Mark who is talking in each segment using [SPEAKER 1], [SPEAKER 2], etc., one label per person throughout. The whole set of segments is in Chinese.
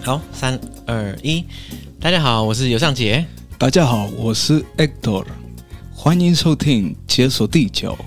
[SPEAKER 1] 好，
[SPEAKER 2] 三二一，大家好，我是尤尚杰。
[SPEAKER 1] 大家好，我是 Hector，欢迎收听《解锁地球》。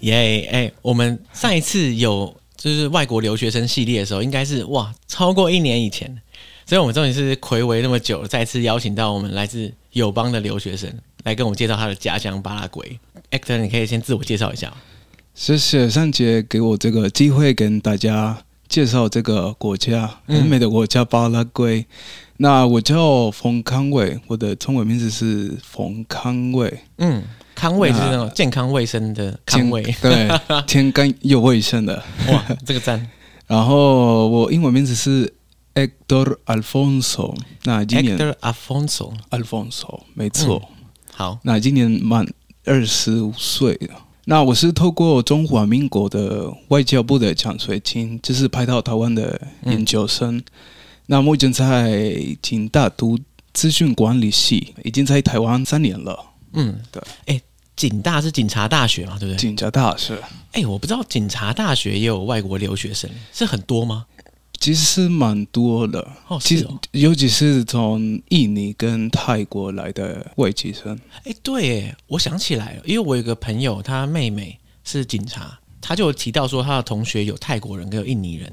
[SPEAKER 2] 耶，哎，我们上一次有就是外国留学生系列的时候，应该是哇超过一年以前，所以我们终于是暌违那么久，再次邀请到我们来自友邦的留学生来跟我们介绍他的家乡巴拉圭。Actor，你可以先自我介绍一下。
[SPEAKER 1] 谢谢上杰给我这个机会跟大家介绍这个国家，
[SPEAKER 2] 嗯
[SPEAKER 1] 很美的国家巴拉圭。那我叫冯康伟，我的中文名字是冯康伟，
[SPEAKER 2] 嗯，康卫就是那种健康卫生的康卫
[SPEAKER 1] 健，对， 天干又卫生的。
[SPEAKER 2] 哇，这个赞。
[SPEAKER 1] 然后我英文名字是 Hector Alfonso，那今年
[SPEAKER 2] Actor Alfonso，
[SPEAKER 1] Alfonso 没
[SPEAKER 2] 嗯
[SPEAKER 1] 错。
[SPEAKER 2] 好，
[SPEAKER 1] 那今年满二十五岁了。那我是透过中华民国的外交部的奖学金，就是派到台湾的研究生。那目前在警大读资讯管理系，已经在台湾三年了。
[SPEAKER 2] 嗯，
[SPEAKER 1] 对，
[SPEAKER 2] 哎，警大是警察大学嘛，对不对？
[SPEAKER 1] 警察大学
[SPEAKER 2] 哎、我不知道警察大学也有外国留学生，是很多吗？
[SPEAKER 1] 其实是蛮多的，
[SPEAKER 2] 哦，
[SPEAKER 1] 其
[SPEAKER 2] 是
[SPEAKER 1] 实
[SPEAKER 2] 哦。
[SPEAKER 1] 尤其是从印尼跟泰国来的外籍生。
[SPEAKER 2] 哎、对耶，我想起来了，因为我有个朋友，他妹妹是警察，他就有提到说他的同学有泰国人跟有印尼人。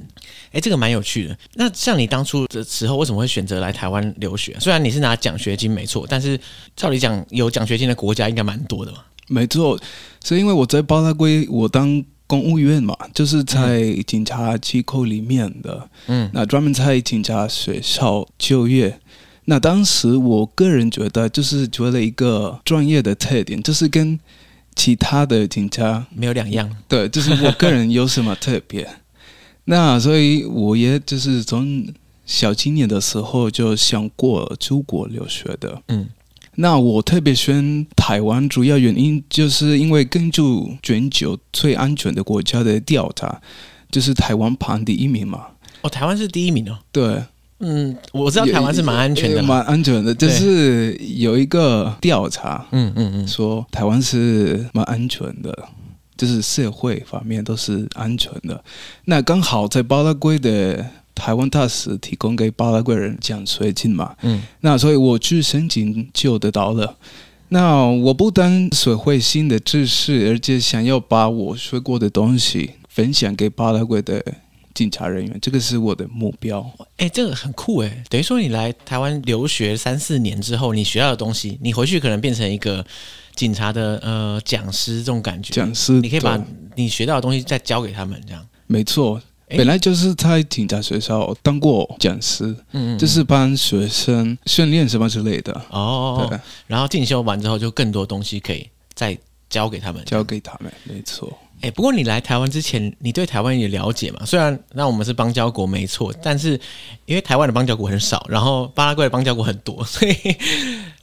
[SPEAKER 2] 哎、这个蛮有趣的。那像你当初的时候，为什么会选择来台湾留学？虽然你是拿奖学金没错，但是照理讲，有奖学金的国家应该蛮多的嘛。
[SPEAKER 1] 没错，是因为我在巴拉圭，我当公务员嘛，就是在警察机构里面的，
[SPEAKER 2] 嗯
[SPEAKER 1] 那专门在警察学校就业。那当时我个人觉得，就是觉得一个专业的特点，就是跟其他的警察，
[SPEAKER 2] 没有两样。
[SPEAKER 1] 对，就是我个人有什么特别。 那所以我也就是从小青年的时候就想过出国留学的，
[SPEAKER 2] 嗯
[SPEAKER 1] 那我特别喜欢台湾，主要原因就是因为根据全球最安全的国家的调查，就是台湾排第一名嘛。
[SPEAKER 2] 哦，台湾是第一名哦。
[SPEAKER 1] 对，
[SPEAKER 2] 嗯，我知道台湾是蛮安全的
[SPEAKER 1] 也
[SPEAKER 2] 啦。
[SPEAKER 1] 蛮安全的。就是有一个调查
[SPEAKER 2] 嗯嗯嗯，
[SPEAKER 1] 说，台湾是蛮安全的，就是社会方面都是安全的。那刚好在巴拉圭的台湾大使提供给巴拉圭人奖学金嘛，
[SPEAKER 2] 嗯
[SPEAKER 1] 那所以我去申请就得到了。那我不单学会新的知识，而且想要把我学过的东西分享给巴拉圭的警察人员，这个是我的目标。
[SPEAKER 2] 哎、这个很酷哎！等于说你来台湾留学三四年之后，你学到的东西，你回去可能变成一个警察的呃讲师这种感觉。
[SPEAKER 1] 讲师，
[SPEAKER 2] 你可以把
[SPEAKER 1] 对
[SPEAKER 2] 你学到的东西再教给他们，这样。
[SPEAKER 1] 没错，
[SPEAKER 2] 诶
[SPEAKER 1] 本来就是在警察学校当过讲师，
[SPEAKER 2] 嗯，嗯
[SPEAKER 1] 就是帮学生训练什么之类的，
[SPEAKER 2] 哦，
[SPEAKER 1] 对，
[SPEAKER 2] 然后进修完之后，就更多东西可以再教给他们。
[SPEAKER 1] 交给他们，没错。
[SPEAKER 2] 哎、不过你来台湾之前，你对台湾也了解嘛？虽然那我们是邦交国没错，但是因为台湾的邦交国很少，然后巴拉圭的邦交国很多，所以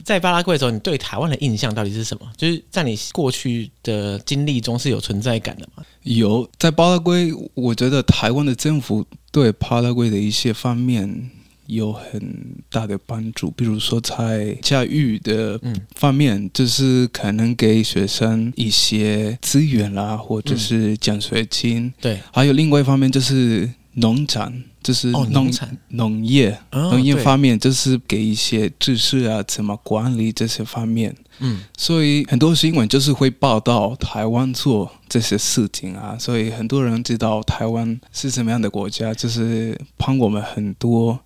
[SPEAKER 2] 在巴拉圭的时候，你对台湾的印象到底是什么？就是在你过去的经历中是有存在感的嘛？
[SPEAKER 1] 有在巴拉圭，我觉得台湾的政府对巴拉圭的一些方面有很大的帮助，比如说在教育的
[SPEAKER 2] 嗯
[SPEAKER 1] 方面，就是可能给学生一些资源啦，或者是奖学金，
[SPEAKER 2] 对，
[SPEAKER 1] 还有另外一方面就是农产，就是
[SPEAKER 2] 哦，
[SPEAKER 1] 农、
[SPEAKER 2] 农产，
[SPEAKER 1] 农业。
[SPEAKER 2] 哦
[SPEAKER 1] 农业
[SPEAKER 2] 对
[SPEAKER 1] 方面就是给一些知识啊，怎么管理这些方面，
[SPEAKER 2] 嗯，
[SPEAKER 1] 所以很多新闻就是会报道台湾做这些事情啊，所以很多人知道台湾是什么样的国家，就是帮我们很多，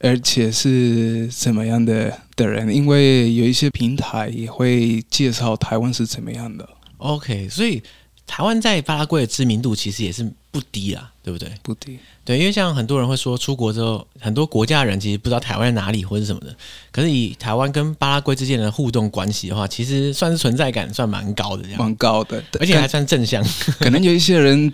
[SPEAKER 1] 而且是什么样的的人，因为有一些平台也会介绍台湾是怎么样的，
[SPEAKER 2] ，OK，所以台湾在巴拉圭的知名度其实也是不低啊，对不对？
[SPEAKER 1] 不低。
[SPEAKER 2] 对，因为像很多人会说，出国之后，很多国家人其实不知道台湾在哪里或者什么的。可是以台湾跟巴拉圭之间的互动关系的话，其实
[SPEAKER 1] 嗯
[SPEAKER 2] 算是存在感算蛮高的这样，
[SPEAKER 1] 蛮高的，
[SPEAKER 2] 而且还算正向。
[SPEAKER 1] 可能有一些人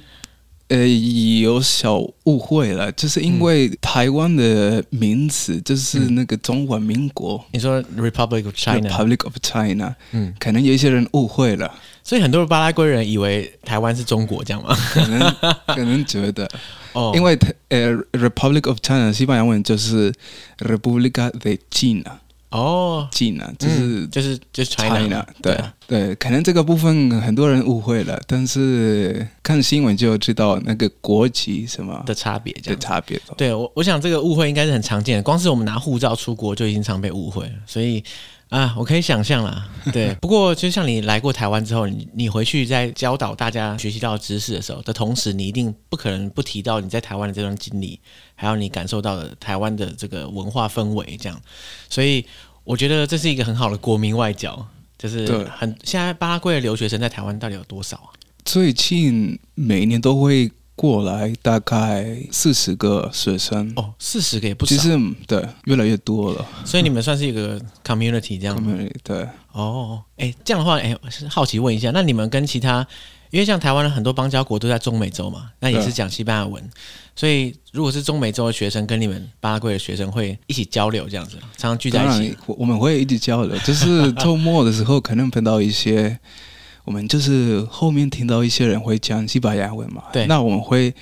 [SPEAKER 1] 呃，有小误会了，就是因为台湾的名词就是那个中华民国、
[SPEAKER 2] 你说 Republic of China，
[SPEAKER 1] Republic of China，
[SPEAKER 2] 嗯，
[SPEAKER 1] 可能有一些人误会了，
[SPEAKER 2] 所以很多巴拉圭人以为台湾是中国，这样吗？
[SPEAKER 1] 可 能可能觉得，
[SPEAKER 2] 哦，
[SPEAKER 1] 因
[SPEAKER 2] 为
[SPEAKER 1] 为呃，Republic of China 西班牙文就是 República de China，China
[SPEAKER 2] 哦，
[SPEAKER 1] 就是
[SPEAKER 2] 嗯就是就是 China，,
[SPEAKER 1] China，对
[SPEAKER 2] 啊
[SPEAKER 1] 对，可能这个部分很多人误会了，但是看新闻就知道那个国籍什么
[SPEAKER 2] 的差别这
[SPEAKER 1] 的
[SPEAKER 2] 样。
[SPEAKER 1] 差别了。
[SPEAKER 2] 对我，我想这个误会应该是很常见的，光是我们拿护照出国就已经常被误会了，所以啊，我可以想象啦。 对，不过就像你来过台湾之后，你你回去在教导大家学习到的知识的时候的同时，你一定不可能不提到你在台湾的这段经历，还有你感受到的台湾的这个文化氛围，这样。所以我觉得这是一个很好的国民外交，就是
[SPEAKER 1] 对
[SPEAKER 2] 很现在巴拉圭的留学生在台湾到底有多少啊？
[SPEAKER 1] 最近每年都会过来大概四十个学生，
[SPEAKER 2] 哦，四十个也不
[SPEAKER 1] 其
[SPEAKER 2] 少，
[SPEAKER 1] 实嗯对越来越多了。
[SPEAKER 2] 所以你们算是一个 community 这样
[SPEAKER 1] 他
[SPEAKER 2] 吗。
[SPEAKER 1] 们对
[SPEAKER 2] 哦，哎，这样的话，哎，我是好奇问一下，那你们跟其他，因为像台湾的很多邦交国都在中美洲嘛，那也
[SPEAKER 1] 对
[SPEAKER 2] 是讲西班牙文，所以如果是中美洲的学生跟你们巴拉圭的学生会一起交流，这样子，常常聚在一
[SPEAKER 1] 当然
[SPEAKER 2] 起。
[SPEAKER 1] 我我们会一直交流，就是周末的时候可能碰到一些， 我们就是后面听到一些人会讲西班牙文嘛，
[SPEAKER 2] 对
[SPEAKER 1] 那我们会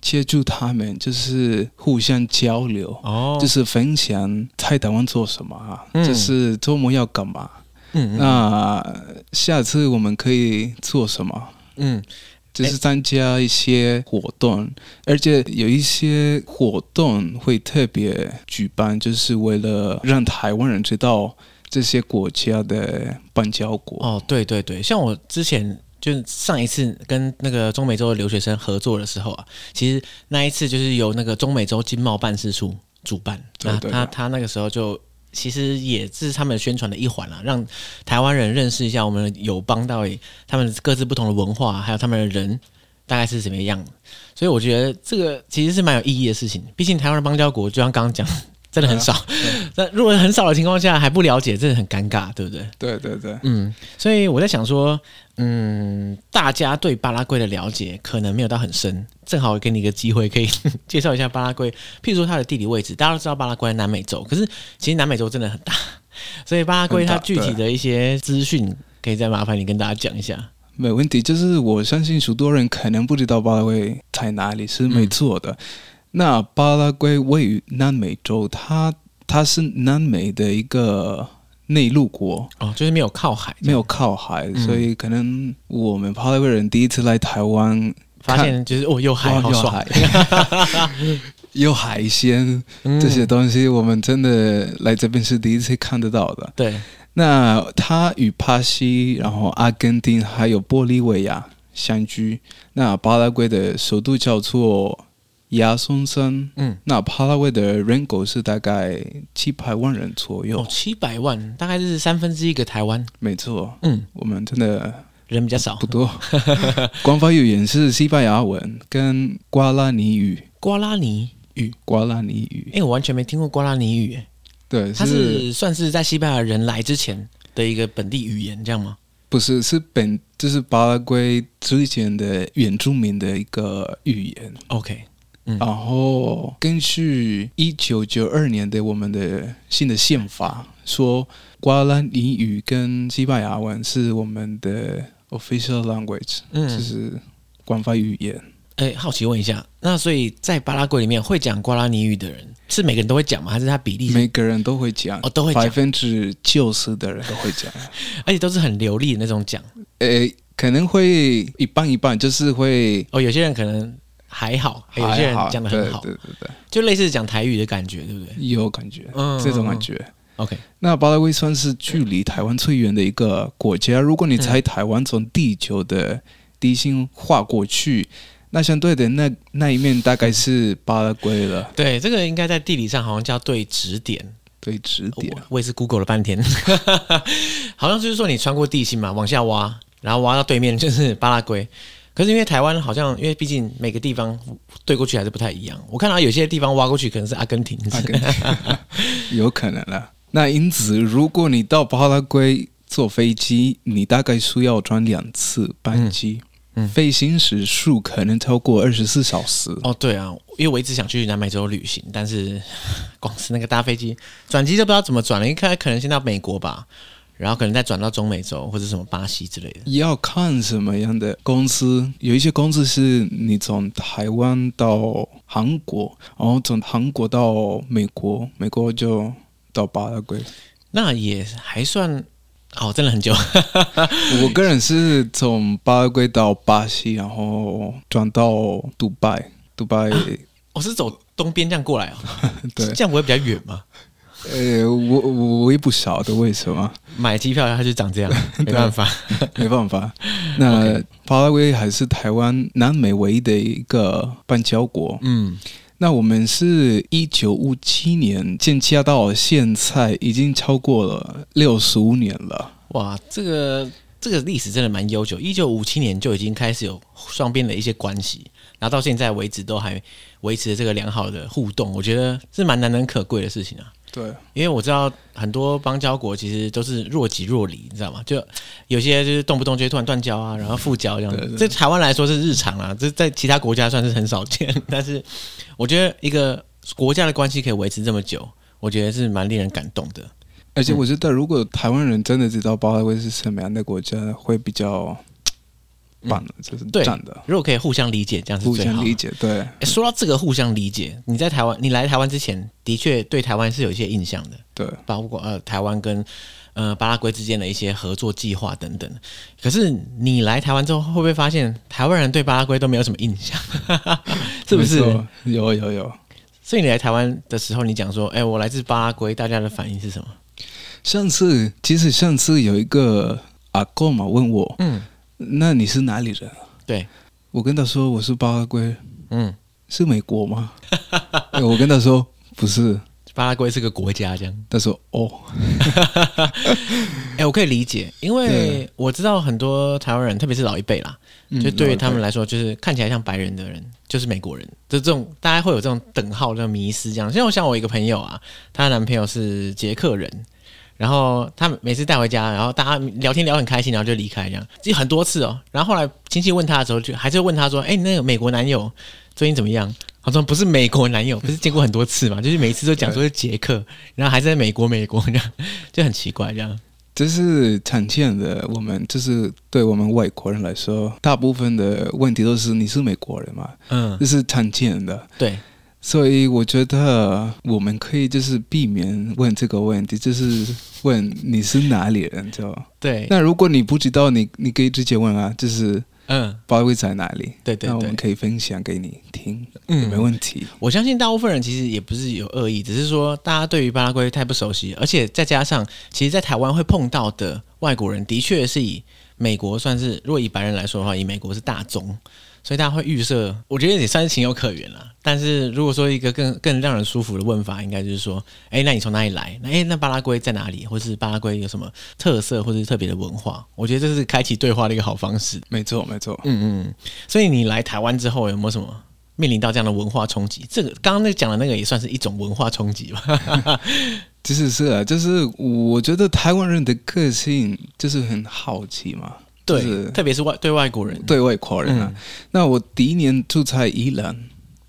[SPEAKER 1] 接触他们，就是互相交流，
[SPEAKER 2] 哦，
[SPEAKER 1] 就是分享在台湾做什么啊，
[SPEAKER 2] 嗯
[SPEAKER 1] 就是周末要干嘛。
[SPEAKER 2] 嗯嗯
[SPEAKER 1] 那下次我们可以做什么？
[SPEAKER 2] 嗯，
[SPEAKER 1] 就是参加一些活动，而且有一些活动会特别举办，就是为了让台湾人知道这些国家的邦交国。
[SPEAKER 2] 哦，对对对，像我之前。就是上一次跟那个中美洲的留学生合作的时候啊，其实那一次就是由那个中美洲经贸办事处主办，
[SPEAKER 1] 对对对
[SPEAKER 2] 那他他那个时候就其实也是他们宣传的一环啦、让台湾人认识一下我们友邦到底他们各自不同的文化，还有他们的人大概是什么样的。所以我觉得这个其实是蛮有意义的事情，毕竟台湾的邦交国就像刚刚讲， 真
[SPEAKER 1] 啊
[SPEAKER 2] 的很少。那、如果很少的情况下还不了解，真的很尴尬，对不对？
[SPEAKER 1] 对对对，
[SPEAKER 2] 嗯，所以我在想说，嗯，大家对巴拉圭的了解可能没有到很深，正好给你一个机会，可以 介绍一下巴拉圭，譬如说它的地理位置。大家都知道巴拉圭在南美洲，可是其实南美洲真的很大，所以巴拉圭它
[SPEAKER 1] 很大
[SPEAKER 2] 具体的一些资讯，可以再麻烦你跟大家讲一下。
[SPEAKER 1] 没问题。就是我相信许多人可能不知道巴拉圭在哪里，是没错
[SPEAKER 2] 嗯
[SPEAKER 1] 的。那巴拉圭位于南美洲，它它是南美的一个内陆国。
[SPEAKER 2] 哦，就是没有靠海，
[SPEAKER 1] 没有靠海，
[SPEAKER 2] 嗯
[SPEAKER 1] 所以可能我们巴拉圭人第一次来台湾，
[SPEAKER 2] 发现就是哦，有海，
[SPEAKER 1] 哇
[SPEAKER 2] 好
[SPEAKER 1] 有
[SPEAKER 2] 爽。
[SPEAKER 1] 海， 有海鲜
[SPEAKER 2] 嗯
[SPEAKER 1] 这些东西，我们真的来这边是第一次看得到的。
[SPEAKER 2] 对，
[SPEAKER 1] 那它与巴西、然后阿根廷还有玻利维亚相居。那巴拉圭的首都叫做亚松山。
[SPEAKER 2] 嗯，
[SPEAKER 1] 那巴拉圭的人口是大概七百万人左右，
[SPEAKER 2] 哦，七百万，大概是三分之一个台湾。
[SPEAKER 1] 没错，
[SPEAKER 2] 嗯，
[SPEAKER 1] 我们真的
[SPEAKER 2] 人比较少
[SPEAKER 1] 不。多。 官方语言是西班牙文跟瓜拉尼语，
[SPEAKER 2] 瓜拉尼语，
[SPEAKER 1] 瓜拉尼语
[SPEAKER 2] 哎、，我完全没听过瓜拉尼语、诶
[SPEAKER 1] 对，
[SPEAKER 2] 它
[SPEAKER 1] 是
[SPEAKER 2] 是算是在西班牙人来之前的一个本地语言，这样吗？
[SPEAKER 1] 不是是本就是巴拉圭之前的原住民的一个语言？
[SPEAKER 2] OK，嗯
[SPEAKER 1] 然后根据一九九二年的我们的新的宪法说，瓜拉尼语跟西班牙文是我们的 official language，、
[SPEAKER 2] 嗯，
[SPEAKER 1] 就是官方语言。
[SPEAKER 2] 哎、好奇问一下，那所以在巴拉圭里面会讲瓜拉尼语的人，是每个人都会讲吗？还是他比例是
[SPEAKER 1] 每个人都会讲
[SPEAKER 2] 哦，都会讲
[SPEAKER 1] 百，分之九十的人都会讲。
[SPEAKER 2] 而且都是很流利的那种讲？
[SPEAKER 1] 呃，可能会一半一半，就是会
[SPEAKER 2] 哦，有些人可能还好，还有些
[SPEAKER 1] 还好
[SPEAKER 2] 人讲的很好，
[SPEAKER 1] 对对对
[SPEAKER 2] 就类似讲台语的感觉，对不对
[SPEAKER 1] 对，有感觉，
[SPEAKER 2] 嗯
[SPEAKER 1] 这种感觉。
[SPEAKER 2] ？OK，
[SPEAKER 1] 那巴拉圭算是距离台湾最远的一个国家。如果你
[SPEAKER 2] 嗯
[SPEAKER 1] 在台湾从地球的地心划过去，那相对的那那一面大概是巴拉圭了，
[SPEAKER 2] 对，这个应该在地理上好像叫对指点，
[SPEAKER 1] 对，指点
[SPEAKER 2] 我我也是 Google 了半天， 好像就是说你穿过地心嘛，往下挖，然后挖到对面就是巴拉圭。可是因为台湾好像，因为毕竟每个地方对过去还是不太一样。我看到有些地方挖过去可能是阿根廷，
[SPEAKER 1] 阿 根廷有可能了。那因此，如果
[SPEAKER 2] 嗯
[SPEAKER 1] 你到巴拉圭坐飞机，你大概需要转两次班机。飞行时数可能超过二十四小时。
[SPEAKER 2] 哦，对啊，因为我一直想去南美洲旅行，但是光是那个大飞机转机都不知道怎么转了，应该可能先到美国吧，然后可能再转到中美洲或者什么巴西之类的。
[SPEAKER 1] 要看什么样的公司，有一些公司是你从台湾到韩国，然后从韩国到美国，美国就到巴拉圭。
[SPEAKER 2] 那也还算哦，真的很久。
[SPEAKER 1] 我个人是从巴拉圭到巴西，然后转到杜拜，杜拜、
[SPEAKER 2] 我、是走东边这样过来哦，
[SPEAKER 1] 对，
[SPEAKER 2] 这样不会比较远吗？
[SPEAKER 1] 呃，我我我也不晓得为什么，
[SPEAKER 2] 买机票它就长这样，没办法。
[SPEAKER 1] 没办法。那巴拉圭还是台湾南美唯一的一个邦交国。
[SPEAKER 2] 嗯，
[SPEAKER 1] 那我们是一九五七年建家到现在，已经超过了六十五年了。
[SPEAKER 2] 哇，这个这个历史真的蛮悠久，一九五七年就已经开始有双边的一些关系，然后到现在为止都还维持着这个良好的互动，我觉得是蛮难能可贵的事情啊。
[SPEAKER 1] 对，
[SPEAKER 2] 因为我知道很多邦交国其实都是若即若离，你知道吗？就有些就是动不动就会突然断交啊，然后复交这样子。在台湾来说是日常啊，这在其他国家算是很少见。 但是我觉得一个国家的关系可以维持这么久，我觉得是蛮令人感动的。
[SPEAKER 1] 而且我觉得，如果台湾人真的知道巴拉圭是什么样的国家，会比较
[SPEAKER 2] 嗯
[SPEAKER 1] 棒的，就是
[SPEAKER 2] 对
[SPEAKER 1] 站的
[SPEAKER 2] 如果可以互相理解，这样是
[SPEAKER 1] 互
[SPEAKER 2] 最好
[SPEAKER 1] 相
[SPEAKER 2] 的
[SPEAKER 1] 理。解。对，
[SPEAKER 2] 诶说到这个互相理解，你在台湾，你来台湾之前，的确对台湾是有一些印象的，
[SPEAKER 1] 对，
[SPEAKER 2] 包括呃台湾跟呃巴拉圭之间的一些合作计划等等。可是你来台湾之后，会不会发现台湾人对巴拉圭都没有什么印象？ 是不是
[SPEAKER 1] 没？错？有有有。
[SPEAKER 2] 所以你来台湾的时候，你讲说，哎、我来自巴拉圭，大家的反应是什么？
[SPEAKER 1] 上次其实上次有一个阿公嘛问我，
[SPEAKER 2] 嗯，
[SPEAKER 1] 那你是哪里人？
[SPEAKER 2] 对，
[SPEAKER 1] 我跟他说我是巴拉圭，
[SPEAKER 2] 嗯，
[SPEAKER 1] 是美 国吗？哎我跟他说不是，
[SPEAKER 2] 巴拉圭是个国家这样。
[SPEAKER 1] 他说哦，
[SPEAKER 2] 哎、我可以理解，因为
[SPEAKER 1] 对
[SPEAKER 2] 我知道很多台湾人，特别是老一辈啦，
[SPEAKER 1] 嗯
[SPEAKER 2] 就对于他们
[SPEAKER 1] 了
[SPEAKER 2] 来说，就是看起来像白人的人就是美国人，就这种大家会有这种等号、这种迷失这样。像我像我一个朋友啊，她的男朋友是捷克人，然后她每次带回家，然后大家聊天聊得很开心，然后就离开这样，就很多次哦。然后后来亲戚问她的时候，就还是问她说：“哎、你那个美国男友最近怎么样？”她说：“不是美国男友，不是见过很多次嘛，就是每一次都讲说是捷克，然后还在美国美国这样，就很奇怪这样。
[SPEAKER 1] 这是常见的，我们就是对我们外国人来说，大部分的问题都是你是美国人嘛，
[SPEAKER 2] 嗯
[SPEAKER 1] 这，是常见的。
[SPEAKER 2] 对，
[SPEAKER 1] 所以我觉得我们可以就是避免问这个问题，就是问你是哪里人就。
[SPEAKER 2] 对，
[SPEAKER 1] 那如果你不知道，你你可以直接问啊，就是
[SPEAKER 2] 嗯，
[SPEAKER 1] 巴威在哪里？
[SPEAKER 2] 对对
[SPEAKER 1] 那我
[SPEAKER 2] 对
[SPEAKER 1] 们，可以分享给你听，也
[SPEAKER 2] 嗯
[SPEAKER 1] 没问题。
[SPEAKER 2] 我相信大部分人其实也不是有恶意，只是说大家对于巴拉圭太不熟悉，而且再加上，其实，在台湾会碰到的外国人，的确是以美国算是，如果以白人来说的话，以美国是大宗，所以大家会预设，我觉得也算是情有可原啦。但是如果说一个更更让人舒服的问法，应该就是说，哎、那你从哪里来？那哎、那巴拉圭在哪里？或是巴拉圭有什么特色或是特别的文化？我觉得这是开启对话的一个好方式。
[SPEAKER 1] 没错，没错。
[SPEAKER 2] 嗯嗯，所以你来台湾之后有没有什么面临到这样的文化冲击？这个刚刚那讲的那个也算是一种文化冲击吧。
[SPEAKER 1] 其实是啊，就是我觉得台湾人的个性就是很好奇嘛，就
[SPEAKER 2] 对，
[SPEAKER 1] 是
[SPEAKER 2] 特别是外对外国人，
[SPEAKER 1] 对外国人
[SPEAKER 2] 嗯
[SPEAKER 1] 啊。那我第一年住在宜兰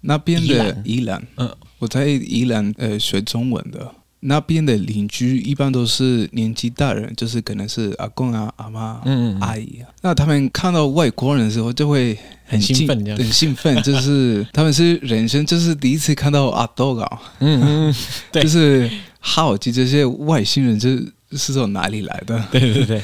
[SPEAKER 1] 那边
[SPEAKER 2] 宜
[SPEAKER 1] 的
[SPEAKER 2] 兰
[SPEAKER 1] 宜兰，
[SPEAKER 2] 嗯
[SPEAKER 1] 我在宜兰呃学中文的。那边的邻居一般都是年纪大人，就是可能是阿公啊、阿妈、
[SPEAKER 2] 嗯嗯，
[SPEAKER 1] 阿姨啊。那他们看到外国人的时候，就会
[SPEAKER 2] 很兴
[SPEAKER 1] 兴
[SPEAKER 2] 奋这样
[SPEAKER 1] 很兴奋，就是他们是人生就是第一次看到阿豆啊，
[SPEAKER 2] 嗯嗯，对
[SPEAKER 1] 就是好奇这些外星人就是是从哪里来的。
[SPEAKER 2] 对对对，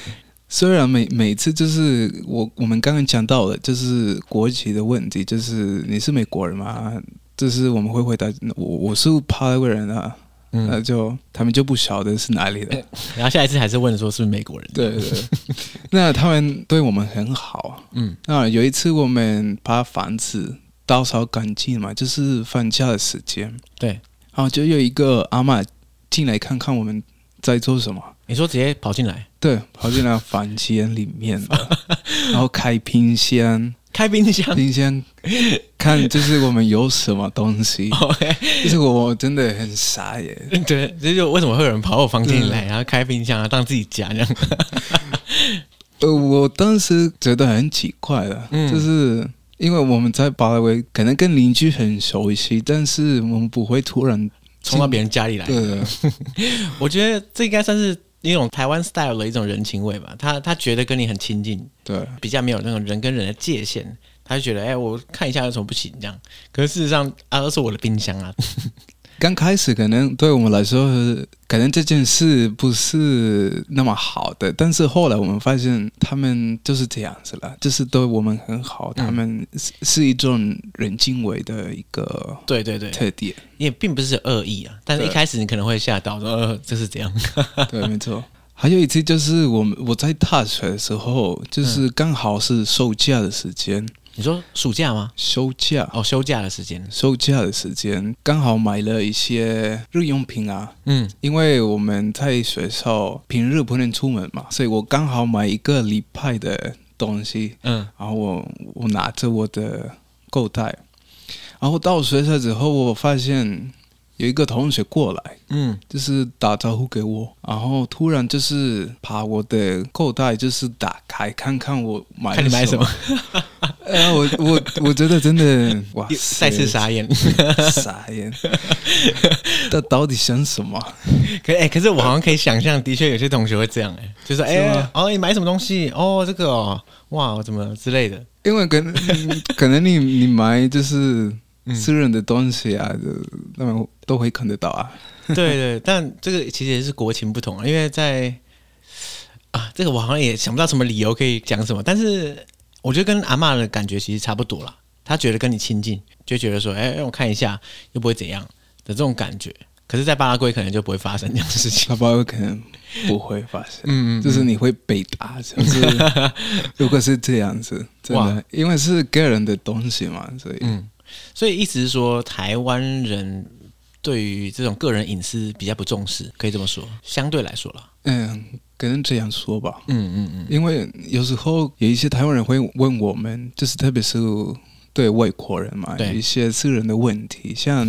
[SPEAKER 1] 虽然每每次就是我我们刚刚讲到的，就是国籍的问题，就是你是美国人吗？就是我们会回答我我是帕拉圭人啊，
[SPEAKER 2] 嗯，
[SPEAKER 1] 那就他们就不晓得是哪里的。
[SPEAKER 2] 然后下一次还是问说是不是美国人，
[SPEAKER 1] 对对，对 那他们对我们很好。
[SPEAKER 2] 嗯
[SPEAKER 1] 那有一次我们把房子打扫干净嘛，就是放假的时间，
[SPEAKER 2] 对，
[SPEAKER 1] 然后就有一个阿嬷进来看看我们在做什么。
[SPEAKER 2] 你说直接跑进来
[SPEAKER 1] 对，跑进来房间里 面了，然后开冰箱，
[SPEAKER 2] 开冰 箱。
[SPEAKER 1] 冰箱看就是我们有什么东西
[SPEAKER 2] ，OK，
[SPEAKER 1] 就是我真的很傻耶，
[SPEAKER 2] 对，这就为什么会有人跑我房间里来，然后开冰箱啊，当自己家这样。
[SPEAKER 1] 呃，我当时觉得很奇怪的，
[SPEAKER 2] 嗯
[SPEAKER 1] 就是因为我们在巴拉圭可能跟邻居很熟悉，但是我们不会突然
[SPEAKER 2] 冲到别人家里来。
[SPEAKER 1] 对的，
[SPEAKER 2] 我觉得这应该算是一种台湾 style 的一种人情味吧。他他觉得跟你很亲近，
[SPEAKER 1] 对
[SPEAKER 2] 比较没有那种人跟人的界限，他就觉得哎、我看一下有什么不行这样。可是事实上啊，都是我的冰箱啊，
[SPEAKER 1] 刚开始可能对我们来说，可能这件事不是那么好的，但是后来我们发现他们就是这样子了，就是对我们很好，
[SPEAKER 2] 嗯
[SPEAKER 1] 他们是是一种人情味的一个
[SPEAKER 2] 对对对，
[SPEAKER 1] 特点。
[SPEAKER 2] 也并不是恶意啊，但是一
[SPEAKER 1] 对
[SPEAKER 2] 开始你可能会吓到说呃这是怎样，
[SPEAKER 1] 对，没错。还有一次就是我们我在大学的时候，就是刚好是休假的时间，
[SPEAKER 2] 你说暑假吗？
[SPEAKER 1] 休假
[SPEAKER 2] 哦，休假的时间，
[SPEAKER 1] 休假的时间刚好买了一些日用品啊，
[SPEAKER 2] 嗯，
[SPEAKER 1] 因为我们在学校平日不能出门嘛，所以我刚好买一个礼拜的东西，
[SPEAKER 2] 嗯，
[SPEAKER 1] 然后我我拿着我的购袋，然后到学校之后，我发现有一个同学过来，
[SPEAKER 2] 嗯，
[SPEAKER 1] 就是打招呼给我，然后突然就是把我的购袋就是打开看看我买
[SPEAKER 2] 看你买什么
[SPEAKER 1] 么，， 哎、我我我觉得 真的哇
[SPEAKER 2] 又，再次傻眼。
[SPEAKER 1] 傻眼，他到底想什么？
[SPEAKER 2] 可哎、可是我好像可以想象，的确有些同学会这样哎、就是哎、
[SPEAKER 1] 是吗
[SPEAKER 2] 哦，你买什么东西？哦，这个哦，哇，怎么之类的。
[SPEAKER 1] 因为可能 嗯可能你你买就是
[SPEAKER 2] 嗯
[SPEAKER 1] 私人的东西啊，就那么都会看得到啊。
[SPEAKER 2] 对对，但这个其实也是国情不同啊，因为在啊，这个我好像也想不到什么理由可以讲什么，但是我觉得跟阿嬷的感觉其实差不多啦。她觉得跟你亲近，就觉得说，哎、让我看一下，又不会怎样的这种感觉。可是，在巴拉圭可能就不会发生这 样的事情。
[SPEAKER 1] 他爸爸可能不会发现，
[SPEAKER 2] 嗯嗯嗯
[SPEAKER 1] 就是你会被打，就是 如果是这样子，真
[SPEAKER 2] 哇
[SPEAKER 1] 的，因为是个人的东西嘛，所以、
[SPEAKER 2] 嗯，所以意思是说，台湾人对于这种个人隐私比较不重视，可以这么说，相对来说了。
[SPEAKER 1] 嗯，可能这样说吧。
[SPEAKER 2] 嗯嗯嗯，
[SPEAKER 1] 因为有时候有一些台湾人会问我们，就是特别是对外国人嘛，
[SPEAKER 2] 对
[SPEAKER 1] 有一些私人的问题，像，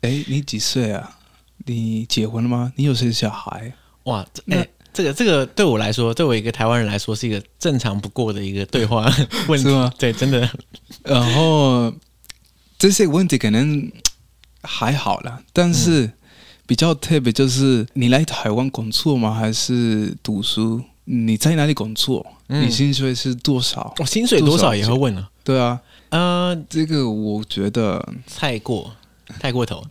[SPEAKER 1] 哎，你几岁啊？你结婚了吗？你有生小孩？
[SPEAKER 2] 哇，这
[SPEAKER 1] 那
[SPEAKER 2] 哎、这个这个对我来说，对我一个台湾人来说，是一个正常不过的一个对话 问
[SPEAKER 1] 嗯是
[SPEAKER 2] 题。
[SPEAKER 1] 吗？
[SPEAKER 2] 对，真的，
[SPEAKER 1] 然后这些问题可能还好啦，但是比较特别就是你来台湾工作吗？还是读书？你在哪里工作？
[SPEAKER 2] 嗯
[SPEAKER 1] 你薪水是多少？
[SPEAKER 2] 我薪水多少也会问啊。
[SPEAKER 1] 对啊，
[SPEAKER 2] 呃，
[SPEAKER 1] 这个我觉得
[SPEAKER 2] 太过，太过头。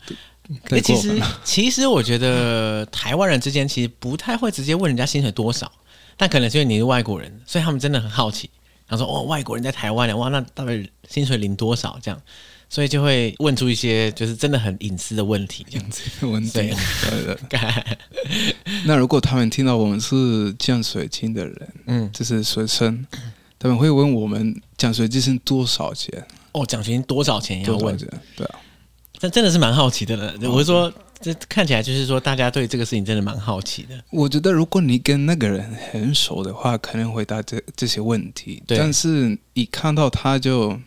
[SPEAKER 1] 太
[SPEAKER 2] 哎其
[SPEAKER 1] 过分
[SPEAKER 2] 实
[SPEAKER 1] 了。
[SPEAKER 2] 其实我觉得台湾人之间其实不太会直接问人家薪水多少，但可能是因为你是外国人，所以他们真的很好奇，然后说哦，外国人在台湾的哇，那到底薪水领多少这样，所以就会问出一些就是真的很隐私的问题这样。
[SPEAKER 1] 文字，
[SPEAKER 2] 对
[SPEAKER 1] 对对。 那如果他们听到我们是降水金的人，
[SPEAKER 2] 嗯，
[SPEAKER 1] 就是学生，他们会问我们降水金是多少钱？
[SPEAKER 2] 哦，奖学金多少钱也要
[SPEAKER 1] 多
[SPEAKER 2] 问
[SPEAKER 1] 少，钱？对啊，
[SPEAKER 2] 这真的是蛮好奇的了。我是说，这看起来就是说大家对这个事情真的蛮好奇的。
[SPEAKER 1] 我觉得如果你跟那个人很熟的话，可能回答这这些问题，
[SPEAKER 2] 对
[SPEAKER 1] 但是一看到他就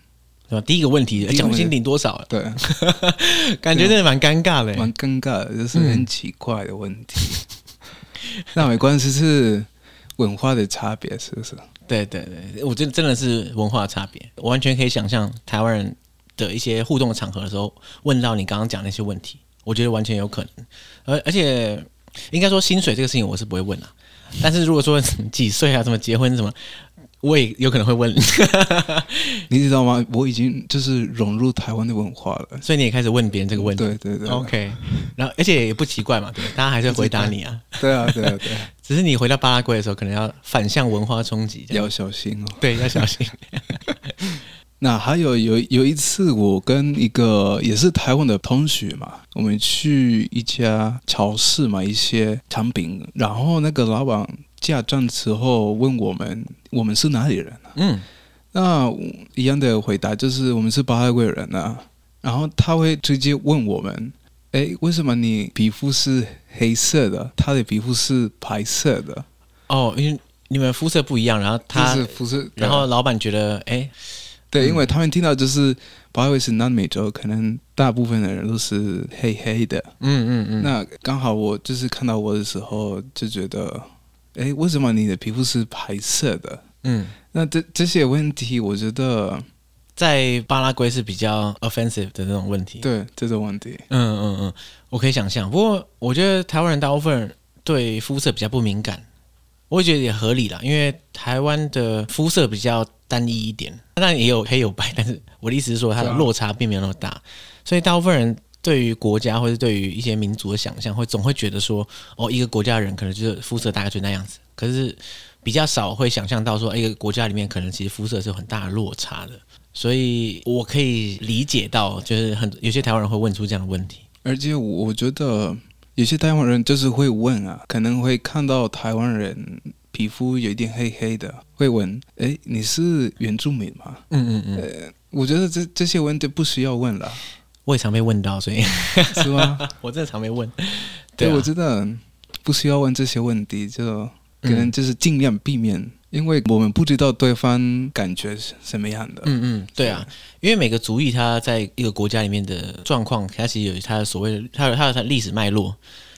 [SPEAKER 2] 对吧？第一个问题，
[SPEAKER 1] 第一个
[SPEAKER 2] 奖
[SPEAKER 1] 问
[SPEAKER 2] 学
[SPEAKER 1] 题
[SPEAKER 2] 金领多少？啊
[SPEAKER 1] 对，
[SPEAKER 2] 感觉真的蛮尴尬的。欸
[SPEAKER 1] 蛮尴尬的，就是很奇怪的问题。
[SPEAKER 2] 嗯
[SPEAKER 1] 那没关系，是文化的差别，是不是？
[SPEAKER 2] 对对对，我觉得真的是文化差别，我完全可以想象台湾人的一些互动场合的时候，问到你刚刚讲那些问题，我觉得完全有可能。而而且应该说薪水这个事情我是不会问啊，但是如果说几岁啊，怎么结婚什么，我也有可能会问，
[SPEAKER 1] 你知道吗？我已经就是融入台湾的文化了。
[SPEAKER 2] 所以你也开始问别人这个问题。
[SPEAKER 1] 对对啊对
[SPEAKER 2] OK，然后而且也不奇怪嘛，对，大家还是会回答你 啊，
[SPEAKER 1] 对啊，对啊，对 啊，
[SPEAKER 2] 只是你回到巴拉圭的时候，可能要反向文化冲击，这样
[SPEAKER 1] 要小心哦。
[SPEAKER 2] 对，要小 心。
[SPEAKER 1] 那还有有有一次，我跟一个也是台湾的同学嘛，我们去一家超市买一些产品，然后那个老板下站之后问我们，我们是哪里人啊？
[SPEAKER 2] 嗯，
[SPEAKER 1] 那我一样的回答就是我们是巴拉圭人啊。然后他会直接问我们，诶，为什么你皮肤是黑色的，他的皮肤是白色的？
[SPEAKER 2] 哦，因为你们肤色不一样，然后他
[SPEAKER 1] 就是肤色，
[SPEAKER 2] 然后老板觉得，哎、
[SPEAKER 1] 对，因为他们听到就是不好意思，南美洲可能大部分的人都是黑黑的。
[SPEAKER 2] 嗯嗯嗯，
[SPEAKER 1] 那刚好我就是看到我的时候就觉得诶，为什么你的皮肤是白色的？
[SPEAKER 2] 嗯，
[SPEAKER 1] 那这这些问题，我觉得
[SPEAKER 2] 在巴拉圭是比较 offensive 的那种问题。
[SPEAKER 1] 对这种问题，
[SPEAKER 2] 嗯嗯嗯，我可以想象。不过我觉得台湾人大部分对肤色比较不敏感，我也觉得也合理啦，因为台湾的肤色比较单一一点，当然也有黑有白，但是我的意思是说它的
[SPEAKER 1] 对啊
[SPEAKER 2] 落差并没有那么大，所以大部分人。对于国家或者对于一些民族的想象，会总会觉得说，哦，一个国家的人可能就是肤色大概就那样子。可是比较少会想象到说，哎一个国家里面可能其实肤色是有很大的落差的。所以我可以理解到，就是很有些台湾人会问出这样的问题。
[SPEAKER 1] 而且我我觉得有些台湾人就是会问啊，可能会看到台湾人皮肤有一点黑黑的，会问：诶，你是原住民吗？
[SPEAKER 2] 嗯嗯嗯，
[SPEAKER 1] 我觉得这这些问题不需要问了，
[SPEAKER 2] 我也常被问到，所以 啊
[SPEAKER 1] 是吗？
[SPEAKER 2] 我真的常被问。
[SPEAKER 1] 对，
[SPEAKER 2] 啊
[SPEAKER 1] 我觉得不需要问这些问题，就可能
[SPEAKER 2] 嗯
[SPEAKER 1] 就是尽量避免，因为我们不知道对方感觉是什么样的。
[SPEAKER 2] 嗯嗯，对啊，因为每个族裔它在一个国家里面的状况，它其实有它的所谓的它有它的它的历史脉络。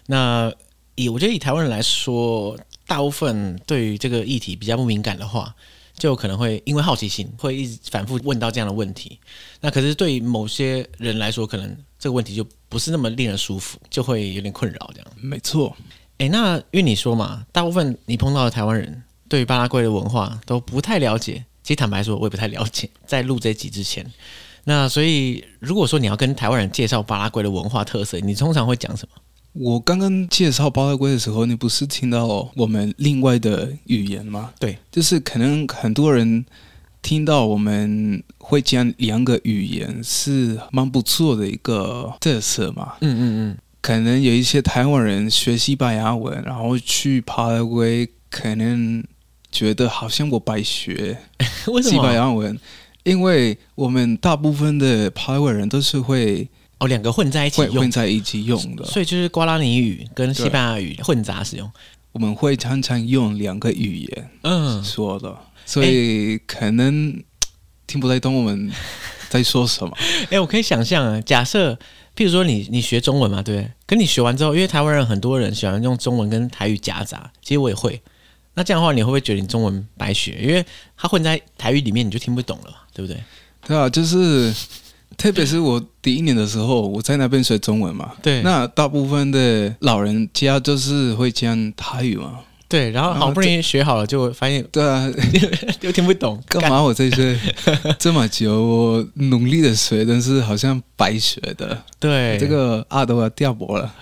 [SPEAKER 2] 那以我觉得以台湾人来说，大部分对于这个议题比较不敏感的话，就可能会因为好奇心会一直反复问到这样的问题。那可是对于某些人来说，可能这个问题就不是那么令人舒服，就会有点困扰这样。
[SPEAKER 1] 没错，
[SPEAKER 2] 诶，那因为你说嘛，大部分你碰到的台湾人对于巴拉圭的文化都不太了解。其实坦白说，我也不太了解。在录这集之前，那所以如果说你要跟台湾人介绍巴拉圭的文化特色，你通常会讲什么？
[SPEAKER 1] 我刚刚介绍巴拉圭的时候，你不是听到我们另外的语言吗？
[SPEAKER 2] 对，
[SPEAKER 1] 就是可能很多人听到我们会讲两个语言是蛮不错的一个特色嘛。
[SPEAKER 2] 嗯嗯
[SPEAKER 1] 可能有一些台湾人学西班牙文，然后去巴拉圭，可能觉得好像我白学，
[SPEAKER 2] 嗯， 为什
[SPEAKER 1] 西班
[SPEAKER 2] 么？
[SPEAKER 1] 牙文，因为我们大部分的排湾人都是会
[SPEAKER 2] 哦，两个混在一起
[SPEAKER 1] 会
[SPEAKER 2] 用
[SPEAKER 1] 混，在一起用的，
[SPEAKER 2] 所以就是瓜拉尼语跟西班牙语混杂使用。
[SPEAKER 1] 我们会常常用两个语言
[SPEAKER 2] 嗯，
[SPEAKER 1] 说的，所
[SPEAKER 2] 哎
[SPEAKER 1] 以可能嘖听不太懂我们在说什么。
[SPEAKER 2] 哎、我可以想象啊，假设譬如说你你学中文嘛，对不对？可你学完之后，因为台湾人很多人喜欢用中文跟台语夹杂，其实我也会。那这样的话，你会不会觉得你中文白学？因为它混在台语里面，你就听不懂了嘛，对不对？
[SPEAKER 1] 对啊，就是特别是我第一年的时候，我在那边学中文嘛，
[SPEAKER 2] 对那
[SPEAKER 1] 那大部分的老人家就是会讲台语嘛，
[SPEAKER 2] 对，然后好不容易学好了，就发现
[SPEAKER 1] 对啊，
[SPEAKER 2] 又听不懂，
[SPEAKER 1] 干嘛我在 学这么久，我努力的学，但是好像白学的。
[SPEAKER 2] 对
[SPEAKER 1] 这，个阿德要掉脖了，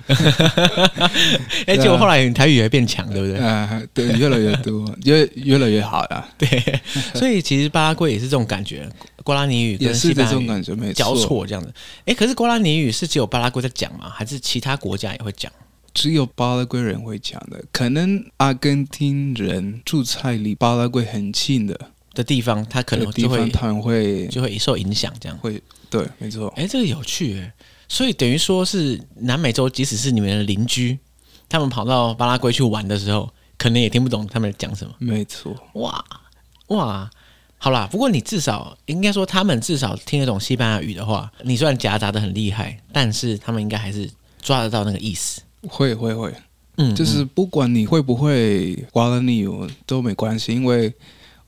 [SPEAKER 2] 哎、结果后来你台语也变强，对不对？
[SPEAKER 1] 啊，对，越来越多，越越来越好啊了，
[SPEAKER 2] 对，所以其实巴拉圭也是这种感觉，瓜拉尼语
[SPEAKER 1] 也
[SPEAKER 2] 跟
[SPEAKER 1] 是
[SPEAKER 2] 西
[SPEAKER 1] 这
[SPEAKER 2] 班牙
[SPEAKER 1] 种
[SPEAKER 2] 语
[SPEAKER 1] 感觉，没
[SPEAKER 2] 交
[SPEAKER 1] 错。
[SPEAKER 2] 错这样子。哎、可是瓜拉尼语是只有巴拉圭在讲吗？还是其他国家也会讲？
[SPEAKER 1] 只有巴拉圭人会讲的，可能阿根廷人住在离巴拉圭很近的
[SPEAKER 2] 的地方，他可能
[SPEAKER 1] 地
[SPEAKER 2] 就
[SPEAKER 1] 方，
[SPEAKER 2] 会
[SPEAKER 1] 他们会
[SPEAKER 2] 就会受影响这样。
[SPEAKER 1] 会对，没错，
[SPEAKER 2] 哎、这个有趣哎、所以等于说是南美洲，即使是你们的邻居，他们跑到巴拉圭去玩的时候，可能也听不懂他们讲什么。
[SPEAKER 1] 没错，
[SPEAKER 2] 哇哇，好啦，不过你至少应该说他们至少听得懂西班牙语的话，你虽然夹杂的很厉害，但是他们应该还是抓得到那个意思。
[SPEAKER 1] 会会会，
[SPEAKER 2] 嗯，
[SPEAKER 1] 就是不管你会不会瓜拉尼语都没关系，因为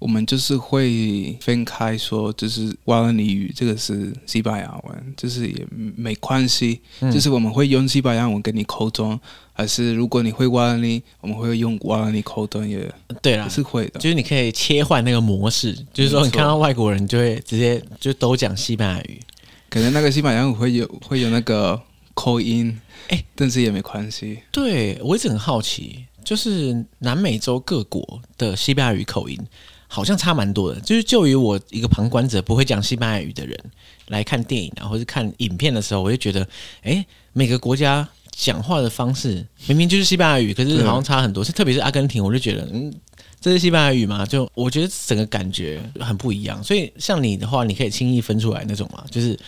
[SPEAKER 1] 我们就是会分开说，就是瓜拉尼语这个是西班牙文，就是也没关系，
[SPEAKER 2] 嗯
[SPEAKER 1] 就是我们会用西班牙文跟你沟通，还是如果你会瓜拉尼，我们会用瓜拉尼沟通也
[SPEAKER 2] 嗯对啦
[SPEAKER 1] 也，是会的
[SPEAKER 2] 就。是你可以切换那个模式，就是说你
[SPEAKER 1] 没错
[SPEAKER 2] 看到外国人就会直接就都讲西班牙语。
[SPEAKER 1] 可能那个西班牙文会有会有那个口音，
[SPEAKER 2] 哎
[SPEAKER 1] 但是也没关系。
[SPEAKER 2] 对我一直很好奇，就是南美洲各国的西班牙语口音好像差蛮多的。就是就于我一个旁观者不会讲西班牙语的人来看电影啊，或是看影片的时候，我就觉得，哎，每个国家讲话的方式明明就是西班牙语，可是
[SPEAKER 1] 对
[SPEAKER 2] 好像差很多。是特别是阿根廷，我就觉得，嗯。这是西班牙语嘛？就我觉得整个感觉很不一样，所以像你的话，你可以轻易分出来那种嘛，就是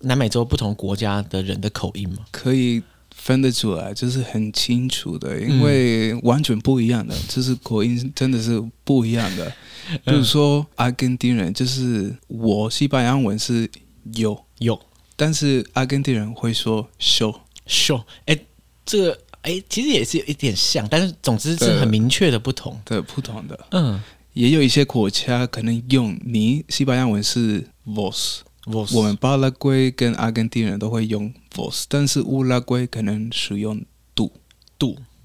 [SPEAKER 2] 南美洲不同国家的人的口音嘛。
[SPEAKER 1] 可以分得出来，就是很清楚的，因为
[SPEAKER 2] 嗯
[SPEAKER 1] 完全不一样的，就是口音真的是不一样 的。比如说阿根廷人，就是我西班牙文是有，
[SPEAKER 2] 有
[SPEAKER 1] 但是阿根廷人会说 show，
[SPEAKER 2] 秀，哎，这个哎、其实也是有一点像，但是总之是
[SPEAKER 1] 对
[SPEAKER 2] 很明确的不同。
[SPEAKER 1] 对，不同的。
[SPEAKER 2] 嗯
[SPEAKER 1] 也有一些国家可能用你西班牙文是 vos，
[SPEAKER 2] ，vos，
[SPEAKER 1] 我们巴拉圭跟阿根廷人都会用 vos，但是乌拉圭可能使用
[SPEAKER 2] 度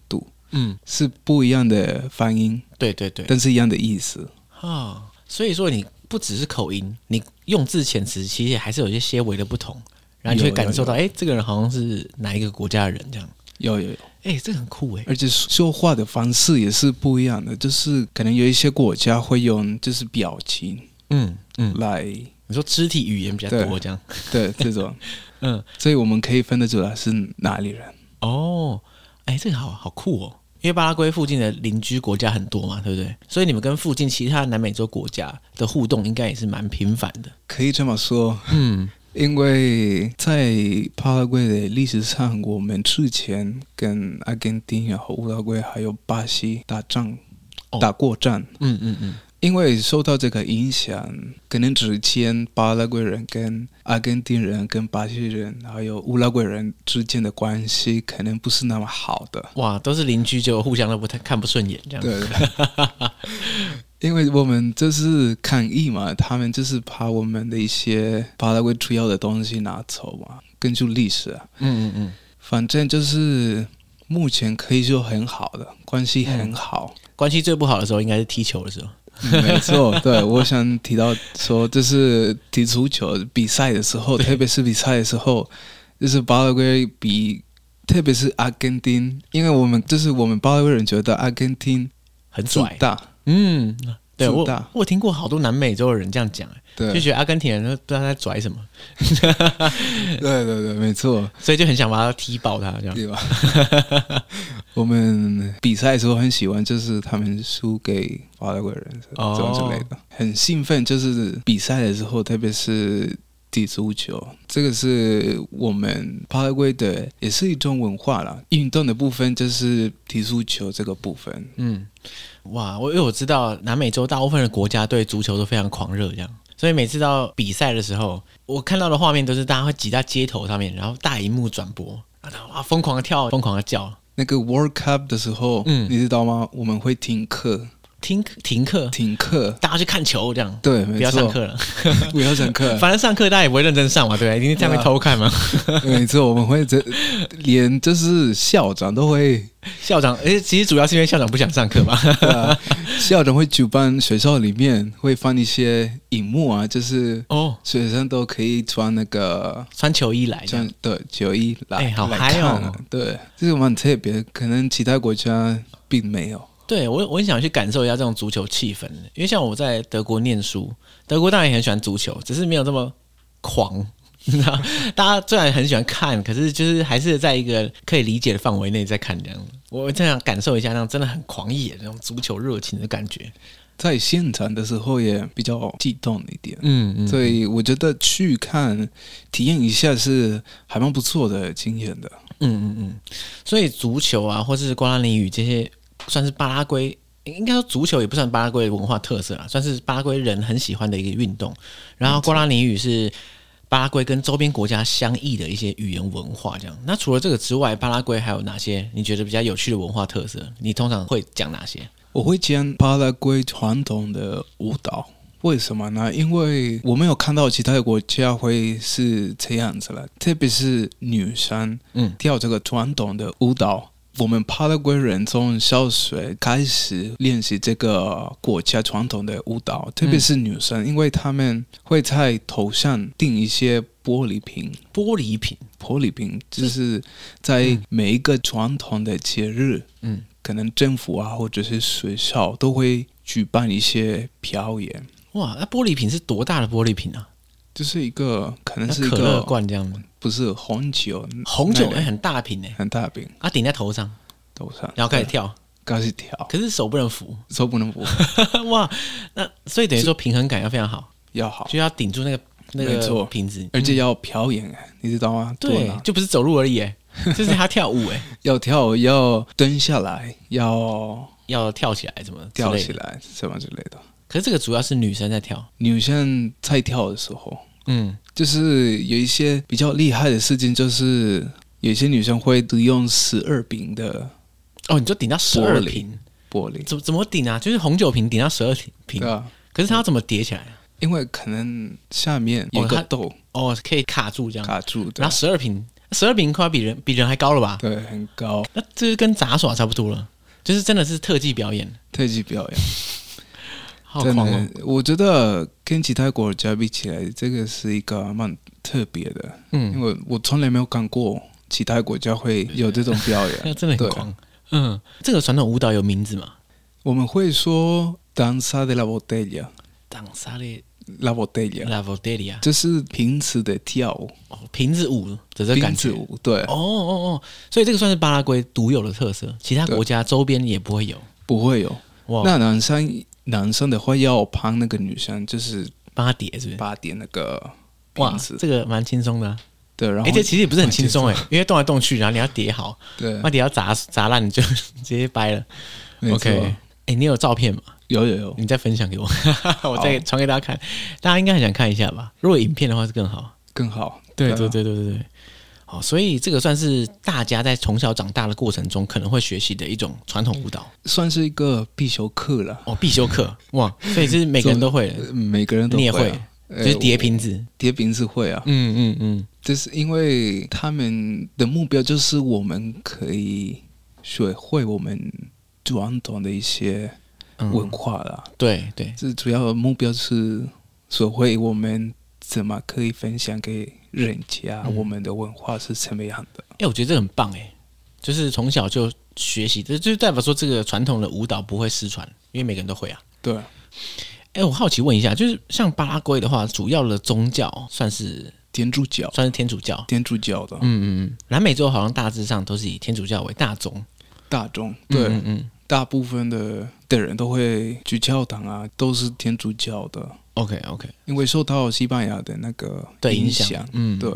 [SPEAKER 1] 度，
[SPEAKER 2] 嗯，
[SPEAKER 1] 是不一样的发音，
[SPEAKER 2] 对对对，
[SPEAKER 1] 但是一样的意思。
[SPEAKER 2] 啊、所以说你不只是口音，你用字遣词其实还是有一些些微的不同，然后你就会
[SPEAKER 1] 有
[SPEAKER 2] 感受到，哎、这个人好像是哪一个国家的人这样。
[SPEAKER 1] 有有有，
[SPEAKER 2] 哎、这个很酷哎、
[SPEAKER 1] 而且说话的方式也是不一样的，就是可能有一些国家会用就是表情
[SPEAKER 2] 嗯嗯，
[SPEAKER 1] 来、
[SPEAKER 2] 你说肢体语言比较多
[SPEAKER 1] 对
[SPEAKER 2] 这样。
[SPEAKER 1] 对这种，
[SPEAKER 2] 嗯，
[SPEAKER 1] 所以我们可以分得出来是哪里人。
[SPEAKER 2] 哦，哎、这个好好酷哦。因为巴拉圭附近的邻居国家很多嘛，对不对？所以你们跟附近其他南美洲国家的互动应该也是蛮频繁的。
[SPEAKER 1] 可以这么说，
[SPEAKER 2] 嗯，
[SPEAKER 1] 因为在巴拉圭的历史上，我们之前跟阿根廷、然后乌拉圭还有巴西打仗，
[SPEAKER 2] 哦
[SPEAKER 1] 打过仗。
[SPEAKER 2] 嗯嗯嗯，
[SPEAKER 1] 因为受到这个影响，可能之间巴拉圭人跟阿根廷人、跟巴西人还有乌拉圭人之间的关系可能不是那么好的。
[SPEAKER 2] 哇，都是邻居，就互相都不太看不顺眼这样。
[SPEAKER 1] 对， 因为我们就是抗议嘛，他们就是把我们的一些巴拉圭主要的东西拿走嘛。根据历史啊，
[SPEAKER 2] 嗯嗯嗯，
[SPEAKER 1] 反正就是目前可以说很好的关系很好，
[SPEAKER 2] 关系最不好的时候应该是踢球的时候。
[SPEAKER 1] 没错。对，我想提到说，就是踢足球比赛的时候，特别是比赛的时候，就是巴拉圭比，特别是阿根廷，因为我们就是我们巴拉圭人觉得阿根廷
[SPEAKER 2] 很
[SPEAKER 1] 自
[SPEAKER 2] 拽。
[SPEAKER 1] 大，
[SPEAKER 2] 嗯，对
[SPEAKER 1] 自
[SPEAKER 2] 我
[SPEAKER 1] 大
[SPEAKER 2] 我听过好多南美洲的人这样讲，哎
[SPEAKER 1] 对
[SPEAKER 2] 就觉得阿根廷人都不知道他在拽什么，
[SPEAKER 1] 对对对，没错，
[SPEAKER 2] 所以就很想把他踢爆他这样。
[SPEAKER 1] 对吧？ 我们比赛的时候很喜欢，就是他们输给巴拉圭人这
[SPEAKER 2] 哦
[SPEAKER 1] 种之类的，很兴奋。就是比赛的时候，特别是踢足球，这个是我们巴拉圭的，也是一种文化啦。运动的部分就是踢足球这个部分，
[SPEAKER 2] 嗯，哇，我因为我知道南美洲大部分的国家对足球都非常狂热这样。所以每次到比赛的时候，我看到的画面都是大家会挤到街头上面，然后大荧幕转播，然后哇疯狂的跳，疯狂的叫，
[SPEAKER 1] 那个 World Cup 的时候，
[SPEAKER 2] 嗯
[SPEAKER 1] 你知道吗？我们会停课，
[SPEAKER 2] 停停课，
[SPEAKER 1] 停课。
[SPEAKER 2] 大家去看球这样，
[SPEAKER 1] 对，
[SPEAKER 2] 不
[SPEAKER 1] 没
[SPEAKER 2] 要上
[SPEAKER 1] 错，
[SPEAKER 2] 课了。
[SPEAKER 1] 不要 上课，
[SPEAKER 2] 反正上课大家也不会认真上嘛，对不对？一定在那边偷看嘛。
[SPEAKER 1] 没错，我们会这连就是校长都会，
[SPEAKER 2] 校长，诶，其实主要是因为校长不想上课嘛。
[SPEAKER 1] 呃、校长会举办学校里面会放一些荧幕啊，就是
[SPEAKER 2] 哦，
[SPEAKER 1] 学生都可以穿那个
[SPEAKER 2] 穿球衣来这样
[SPEAKER 1] 穿对球衣来、
[SPEAKER 2] 哎好
[SPEAKER 1] 来
[SPEAKER 2] 嗨
[SPEAKER 1] 看、
[SPEAKER 2] 哦
[SPEAKER 1] 啊，对，这个蛮特别，可能其他国家并没有。
[SPEAKER 2] 对我，我很想去感受一下这种足球气氛，因为像我在德国念书，德国当然也很喜欢足球，只是没有这么狂。 你知道，大家虽然很喜欢看，可是就是还是在一个可以理解的范围内在看这样。我真想感受一下那种真的很狂野的那种足球热情的感觉。
[SPEAKER 1] 在现场的时候也比较激动一点，
[SPEAKER 2] 嗯嗯
[SPEAKER 1] 所以我觉得去看体验一下是还蛮不错的经验的。
[SPEAKER 2] 嗯嗯嗯，所以足球啊，或是瓜拉尼语这些，算是巴拉圭，应该说足球也不算巴拉圭的文化特色啦，啊算是巴拉圭人很喜欢的一个运动。然后瓜拉尼语是巴拉圭跟周边国家相异的一些语言文化，这样。那除了这个之外，巴拉圭还有哪些你觉得比较有趣的文化特色？你通常会讲哪些？
[SPEAKER 1] 我会讲巴拉圭传统的舞蹈，为什么呢？因为我没有看到其他的国家会是这样子了，特别是女生
[SPEAKER 2] 嗯
[SPEAKER 1] 跳这个传统的舞蹈。我们巴拉圭人从小学开始练习这个国家传统的舞蹈，特别是女生，因为她们会在头上钉一些玻璃瓶。
[SPEAKER 2] 玻璃瓶，
[SPEAKER 1] 玻璃瓶，就是在每一个传统的节日，
[SPEAKER 2] 嗯，
[SPEAKER 1] 可能政府啊或者是学校都会举办一些表演，
[SPEAKER 2] 哇，那玻璃瓶是多大的玻璃瓶啊？
[SPEAKER 1] 就是一个可能
[SPEAKER 2] 那
[SPEAKER 1] 是一
[SPEAKER 2] 可乐
[SPEAKER 1] 个
[SPEAKER 2] 罐这样吗？
[SPEAKER 1] 不是红酒，
[SPEAKER 2] 红酒
[SPEAKER 1] 那
[SPEAKER 2] 哎、
[SPEAKER 1] 类
[SPEAKER 2] 很大瓶哎、
[SPEAKER 1] 很大饼
[SPEAKER 2] 啊顶在头上，
[SPEAKER 1] 头上，
[SPEAKER 2] 然后开始跳，
[SPEAKER 1] 开始跳，
[SPEAKER 2] 可是手不能扶。
[SPEAKER 1] 手不能不
[SPEAKER 2] 哇，那所以等于说平衡感要非常好，
[SPEAKER 1] 要好，
[SPEAKER 2] 就要顶住那个那
[SPEAKER 1] 哦没
[SPEAKER 2] 个
[SPEAKER 1] 错
[SPEAKER 2] 瓶子，嗯
[SPEAKER 1] 而且啊要表演，你知道吗？多
[SPEAKER 2] 对
[SPEAKER 1] 难，
[SPEAKER 2] 就不是走路而已， 哎就是他跳舞，哎，
[SPEAKER 1] 要跳，要蹲下来，要
[SPEAKER 2] 要跳起来什么之
[SPEAKER 1] 吊
[SPEAKER 2] 类
[SPEAKER 1] 起
[SPEAKER 2] 的。
[SPEAKER 1] 来，什么之类的。
[SPEAKER 2] 可是这个主要是女生在跳，
[SPEAKER 1] 女生在跳的时候，
[SPEAKER 2] 嗯，
[SPEAKER 1] 就是有一些比较厉害的事情，就是有些女生会只用十二饼的
[SPEAKER 2] 哦，你就顶到十
[SPEAKER 1] 玻
[SPEAKER 2] 二
[SPEAKER 1] 璃
[SPEAKER 2] 瓶，
[SPEAKER 1] 玻璃，
[SPEAKER 2] 怎么怎么顶啊？就是红酒瓶顶到十二瓶
[SPEAKER 1] 对，啊，
[SPEAKER 2] 可是它要怎么叠起来啊？
[SPEAKER 1] 因为可能下面有
[SPEAKER 2] 哦它
[SPEAKER 1] 个豆
[SPEAKER 2] 哦，可以卡住这样，
[SPEAKER 1] 卡住
[SPEAKER 2] 然
[SPEAKER 1] 的
[SPEAKER 2] 后，十二瓶，十二瓶快要比人比人还高了吧？
[SPEAKER 1] 对，很高，
[SPEAKER 2] 那这跟杂耍差不多了，就是真的是特技表演，
[SPEAKER 1] 特技表演。
[SPEAKER 2] 好
[SPEAKER 1] 真
[SPEAKER 2] 狂哦！
[SPEAKER 1] 的，我觉得跟其他国家比起来，这个是一个蛮特别的，因
[SPEAKER 2] 嗯，
[SPEAKER 1] 为我从来没有看过其他国家会有这种表
[SPEAKER 2] 那
[SPEAKER 1] 演。
[SPEAKER 2] 真的很
[SPEAKER 1] 对啊
[SPEAKER 2] 狂。嗯，这个传统舞蹈有名字吗？
[SPEAKER 1] 我们会说 “danza de la botella”，la
[SPEAKER 2] 挡沙列
[SPEAKER 1] botella，
[SPEAKER 2] 拉 a v o d e l i a
[SPEAKER 1] 就是瓶子的跳舞，
[SPEAKER 2] 哦，瓶子舞的这
[SPEAKER 1] 瓶
[SPEAKER 2] 感
[SPEAKER 1] 子
[SPEAKER 2] 觉。
[SPEAKER 1] 舞，对，
[SPEAKER 2] 哦哦哦，所以这个算是巴拉圭独有的特色，其他
[SPEAKER 1] 对
[SPEAKER 2] 国家周边也不会有。
[SPEAKER 1] 不会有。
[SPEAKER 2] 哇，
[SPEAKER 1] 那男生男生的话要帮那个女生，就是
[SPEAKER 2] 帮他叠是不是？
[SPEAKER 1] 八点那个
[SPEAKER 2] 哇
[SPEAKER 1] 瓶，子，
[SPEAKER 2] 这个蛮轻松的啊、
[SPEAKER 1] 对，然
[SPEAKER 2] 哎、
[SPEAKER 1] 后
[SPEAKER 2] 这其实也不是很轻松哎，因为动来动去，然后你要叠好，
[SPEAKER 1] 对
[SPEAKER 2] 那，叠要砸砸烂你就 直接掰了。
[SPEAKER 1] 没错
[SPEAKER 2] OK，哎、你有照片吗？
[SPEAKER 1] 有有有，
[SPEAKER 2] 你再分享给我， 我再传给大家看，大家应该很想看一下吧？如果影片的话是更好。
[SPEAKER 1] 更好，
[SPEAKER 2] 对
[SPEAKER 1] 啊
[SPEAKER 2] 对对对对对。好，所以这个算是大家在从小长大的过程中可能会学习的一种传统舞蹈
[SPEAKER 1] 算是一个必修课了，
[SPEAKER 2] 哦，必修课哇！所以是每个人都会的，
[SPEAKER 1] 呃每个人都
[SPEAKER 2] 你也
[SPEAKER 1] 会
[SPEAKER 2] 会
[SPEAKER 1] 啊，呃
[SPEAKER 2] 就是叠瓶子。
[SPEAKER 1] 叠瓶子会啊，
[SPEAKER 2] 嗯嗯嗯，
[SPEAKER 1] 就是因为他们的目标就是我们可以学会我们传统的一些
[SPEAKER 2] 嗯
[SPEAKER 1] 文化啦，
[SPEAKER 2] 对对，
[SPEAKER 1] 这主要的目标是学会我们怎么可以分享给人家，
[SPEAKER 2] 嗯
[SPEAKER 1] 我们的文化是什么样的。
[SPEAKER 2] 哎、我觉得这很棒哎、就是从小就学习，这就是代表说这个传统的舞蹈不会失传，因为每个人都会啊。
[SPEAKER 1] 对，
[SPEAKER 2] 哎、我好奇问一下，就是像巴拉圭的话，主要的宗教算是
[SPEAKER 1] 天主教，
[SPEAKER 2] 算是天主教，
[SPEAKER 1] 天主教的、
[SPEAKER 2] 嗯嗯嗯，南美洲好像大致上都是以天主教为大宗，
[SPEAKER 1] 大众，对，
[SPEAKER 2] 嗯嗯
[SPEAKER 1] 大部分的的人都会去教堂啊，都是天主教的，
[SPEAKER 2] ，OK OK，
[SPEAKER 1] 因为受到西班牙的那个
[SPEAKER 2] 对
[SPEAKER 1] 影
[SPEAKER 2] 影响，嗯
[SPEAKER 1] 对。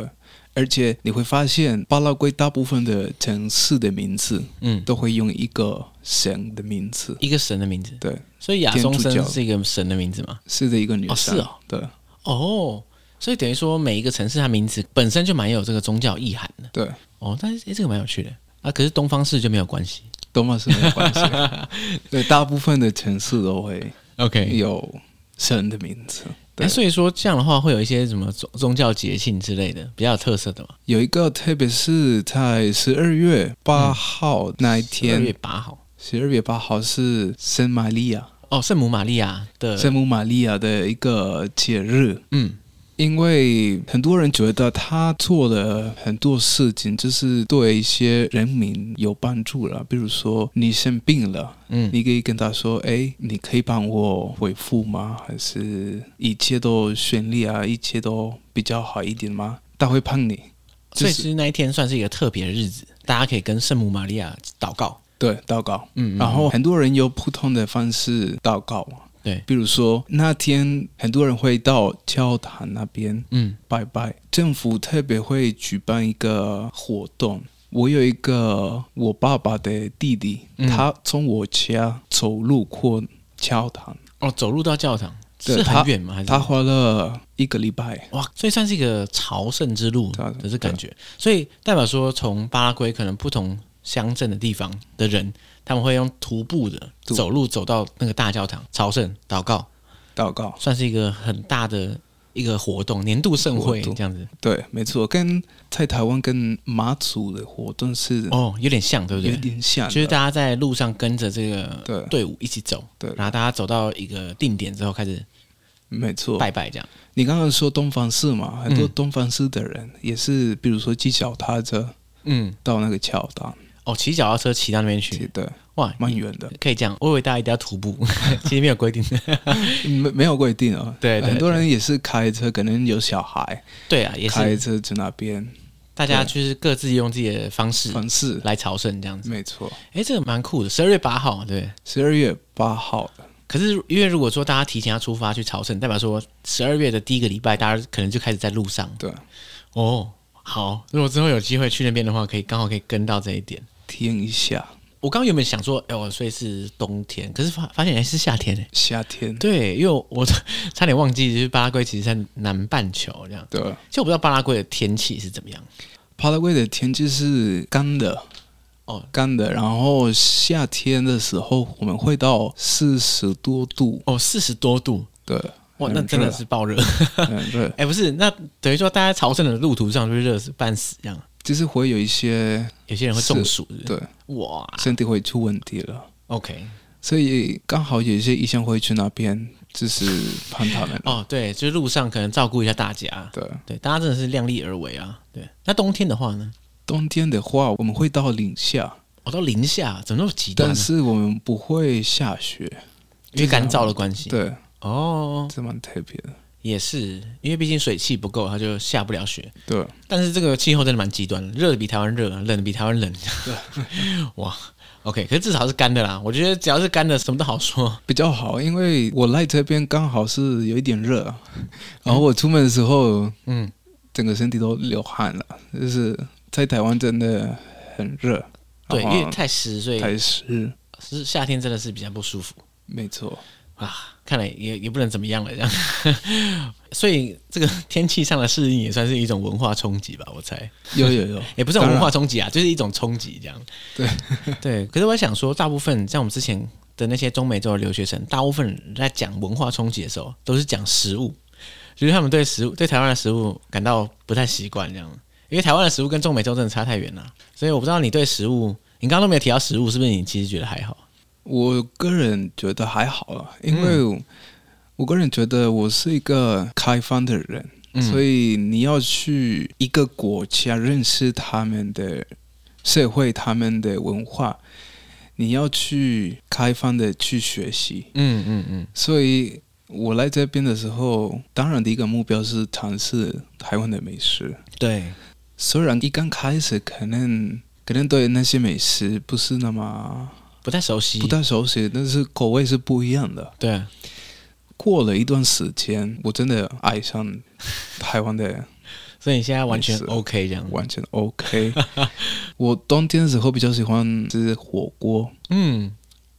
[SPEAKER 1] 而且你会发现，巴拉圭大部分的城市的名字
[SPEAKER 2] 嗯，
[SPEAKER 1] 都会用一个神的名字，
[SPEAKER 2] 一个神的名字，
[SPEAKER 1] 对，
[SPEAKER 2] 所以亚松
[SPEAKER 1] 天主
[SPEAKER 2] 生
[SPEAKER 1] 教
[SPEAKER 2] 是一个神的名字嘛？
[SPEAKER 1] 是的一个女
[SPEAKER 2] 哦
[SPEAKER 1] 生，
[SPEAKER 2] 是哦
[SPEAKER 1] 对
[SPEAKER 2] 哦，所以等于说每一个城市它名字本身就蛮有这个宗教意涵的，
[SPEAKER 1] 对，
[SPEAKER 2] 哦，但是、诶这个蛮有趣的啊，可是东方式就没有关系
[SPEAKER 1] 多么是没有关系。 对，大部分的城市都会
[SPEAKER 2] ，OK，
[SPEAKER 1] 有神的名字。
[SPEAKER 2] 哎、
[SPEAKER 1] 对，
[SPEAKER 2] 所以说这样的话，会有一些什么宗宗教节庆之类的比较有特色的嘛？
[SPEAKER 1] 有一个，特别是在十二月八号那一
[SPEAKER 2] 二月
[SPEAKER 1] 天，
[SPEAKER 2] 八号，
[SPEAKER 1] 十二月八号是圣玛利亚、
[SPEAKER 2] 哦，圣母玛利亚的，
[SPEAKER 1] 圣母玛利亚的一个节日。
[SPEAKER 2] 嗯，
[SPEAKER 1] 因为很多人觉得他做了很多事情，就是对一些人民有帮助了。比如说，你生病了，
[SPEAKER 2] 嗯，
[SPEAKER 1] 你可以跟他说：“哎，你可以帮我回复吗？还是一切都顺利啊，一切都比较好一点吗？”他会帮你，
[SPEAKER 2] 所以
[SPEAKER 1] 就是
[SPEAKER 2] 其实那一天算是一个特别的日子，大家可以跟圣母玛利亚祷告。
[SPEAKER 1] 对，祷告。
[SPEAKER 2] 嗯
[SPEAKER 1] 然后很多人有不同的方式祷告啊，
[SPEAKER 2] 对，
[SPEAKER 1] 比如说那天很多人会到教堂那边
[SPEAKER 2] 嗯
[SPEAKER 1] 拜拜，政府特别会举办一个活动。我有一个我爸爸的弟弟，
[SPEAKER 2] 嗯
[SPEAKER 1] 他从我家走路过教堂，
[SPEAKER 2] 哦，走路到教堂
[SPEAKER 1] 对
[SPEAKER 2] 是
[SPEAKER 1] 他
[SPEAKER 2] 很远吗？还是
[SPEAKER 1] 他花了一个礼拜。
[SPEAKER 2] 哇，所以算是一个朝圣之路
[SPEAKER 1] 朝
[SPEAKER 2] 的
[SPEAKER 1] 圣
[SPEAKER 2] 这感觉。所以代表说，从巴拉圭可能不同乡镇的地方的人，他们会用徒步的
[SPEAKER 1] 徒
[SPEAKER 2] 走路走到那个大教堂朝圣祷告，
[SPEAKER 1] 祷告，
[SPEAKER 2] 算是一个很大的一个活动，年度盛会
[SPEAKER 1] 活动
[SPEAKER 2] 这样子。
[SPEAKER 1] 对，没错，跟在台湾跟马祖的活动是
[SPEAKER 2] 哦，有点像，对不
[SPEAKER 1] 有
[SPEAKER 2] 对？
[SPEAKER 1] 点像的，
[SPEAKER 2] 就是大家在路上跟着这个
[SPEAKER 1] 对
[SPEAKER 2] 队伍一起走，
[SPEAKER 1] 对
[SPEAKER 2] 然后大家走到一个定点之后开始
[SPEAKER 1] 没错。
[SPEAKER 2] 拜拜这样。
[SPEAKER 1] 你刚刚说东方市嘛，很多
[SPEAKER 2] 嗯
[SPEAKER 1] 东方市的人也是，比如说骑脚踏车
[SPEAKER 2] 嗯，
[SPEAKER 1] 到那个桥档，
[SPEAKER 2] 哦，骑脚踏车骑到那边去，
[SPEAKER 1] 对，
[SPEAKER 2] 哇，
[SPEAKER 1] 蛮远的，
[SPEAKER 2] 可以这样。我以为大家一定要徒步， 其实没有规定。
[SPEAKER 1] 没没有规定啊。
[SPEAKER 2] 对对
[SPEAKER 1] 很多人也是开车，可能有小孩
[SPEAKER 2] 对啊，也
[SPEAKER 1] 开
[SPEAKER 2] 是
[SPEAKER 1] 车去那边
[SPEAKER 2] 大家就是各自用自己的方式
[SPEAKER 1] 方式，
[SPEAKER 2] 来朝圣这样子。
[SPEAKER 1] 没错。
[SPEAKER 2] 哎，这个蛮酷的，十二月八号，对。
[SPEAKER 1] 十二月八号的，
[SPEAKER 2] 可是因为如果说大家提前要出发去朝圣，代表说十二月的第一个礼拜，大家可能就开始在路上
[SPEAKER 1] 对，
[SPEAKER 2] 哦。好，如果之后有机会去那边的话，可以刚好可以跟到这一点。
[SPEAKER 1] 体验一下
[SPEAKER 2] 我刚刚原本想说，哎、我所以是冬天，可是发发现还是夏天哎、
[SPEAKER 1] 夏天，
[SPEAKER 2] 对，因为我 我差点忘记，就是巴拉圭其实在南半球这样。
[SPEAKER 1] 对，
[SPEAKER 2] 其实我不知道巴拉圭的天气是怎么样。
[SPEAKER 1] 巴拉圭的天气是干的，
[SPEAKER 2] 哦
[SPEAKER 1] 干的，然后夏天的时候我们会到四十多度，
[SPEAKER 2] 哦，四十多度，
[SPEAKER 1] 对，
[SPEAKER 2] 哇，
[SPEAKER 1] 很
[SPEAKER 2] 那真的
[SPEAKER 1] 热
[SPEAKER 2] 是爆热。啊
[SPEAKER 1] 嗯，对，
[SPEAKER 2] 哎、不是，那等于说大家朝圣的路途上就热死半死这样，
[SPEAKER 1] 就是会有一些
[SPEAKER 2] 有些人会中暑是不是
[SPEAKER 1] 对
[SPEAKER 2] 哇
[SPEAKER 1] 身体会出问题了，
[SPEAKER 2] ，OK，
[SPEAKER 1] 所以刚好有一些医生会去那边，就是帮他们，
[SPEAKER 2] 哦，对，就是路上可能照顾一下大家，
[SPEAKER 1] 对。
[SPEAKER 2] 对，大家真的是量力而为啊。对，那冬天的话呢？
[SPEAKER 1] 冬天的话，我们会到零下，
[SPEAKER 2] 哦，到零下，怎么那么极端
[SPEAKER 1] 但
[SPEAKER 2] 呢？
[SPEAKER 1] 是我们不会下雪。
[SPEAKER 2] 因为干燥的关系。，
[SPEAKER 1] 对，
[SPEAKER 2] 哦，
[SPEAKER 1] 这蛮特别的。
[SPEAKER 2] 也是，因为毕竟水汽不够，它就下不了雪。
[SPEAKER 1] 对，
[SPEAKER 2] 但是这个气候真的蛮极端的，热的比台湾热，啊冷的比台湾冷。 哇，OK，可是至少是干的啦。我觉得只要是干的，什么都好说。
[SPEAKER 1] 比较好，因为我来这边刚好是有一点热，然后我出门的时候，
[SPEAKER 2] 嗯，
[SPEAKER 1] 整个身体都流汗了。就是在台湾真的很热，
[SPEAKER 2] 对，因
[SPEAKER 1] 然后
[SPEAKER 2] 为太湿，所以
[SPEAKER 1] 太湿，
[SPEAKER 2] 是夏天真的是比较不舒服
[SPEAKER 1] 没错。
[SPEAKER 2] 啊。看来也也不能怎么样了，这样。 所以这个天气上的适应也算是一种文化冲击吧，我猜。
[SPEAKER 1] 有有 有，
[SPEAKER 2] 也不是很
[SPEAKER 1] 当
[SPEAKER 2] 文
[SPEAKER 1] 然
[SPEAKER 2] 化冲击啊，就是一种冲击这样。
[SPEAKER 1] 对
[SPEAKER 2] 对，可是我想说，大部分像我们之前的那些中美洲的留学生，大部分人在讲文化冲击的时候，都是讲食物，就是他们对食物对台湾的食物感到不太习惯这样，因为台湾的食物跟中美洲真的差太远了、所以我不知道你对食物，你刚刚都没有提到食物，是不是你其实觉得还好？
[SPEAKER 1] 我个人觉得还好了，因
[SPEAKER 2] 嗯
[SPEAKER 1] 为我个人觉得我是一个开放的人。所
[SPEAKER 2] 以
[SPEAKER 1] 以你要去一个国家认识他们的社会、他们的文化，你要去开放的去学习。
[SPEAKER 2] 嗯嗯嗯，
[SPEAKER 1] 所以我来这边的时候，当然第一个目标是尝试台湾的美食。
[SPEAKER 2] 对，
[SPEAKER 1] 虽然一刚开始可能可能对那些美食不是那么
[SPEAKER 2] 不太熟悉，
[SPEAKER 1] 不太熟悉，但是口味是不一样的。
[SPEAKER 2] 对，
[SPEAKER 1] 过了一段时间，我真的爱上台湾的
[SPEAKER 2] 所以你现在完全
[SPEAKER 1] 没事
[SPEAKER 2] OK 这样。
[SPEAKER 1] 完全 OK。我冬天的时候比较喜欢吃火锅，
[SPEAKER 2] 嗯，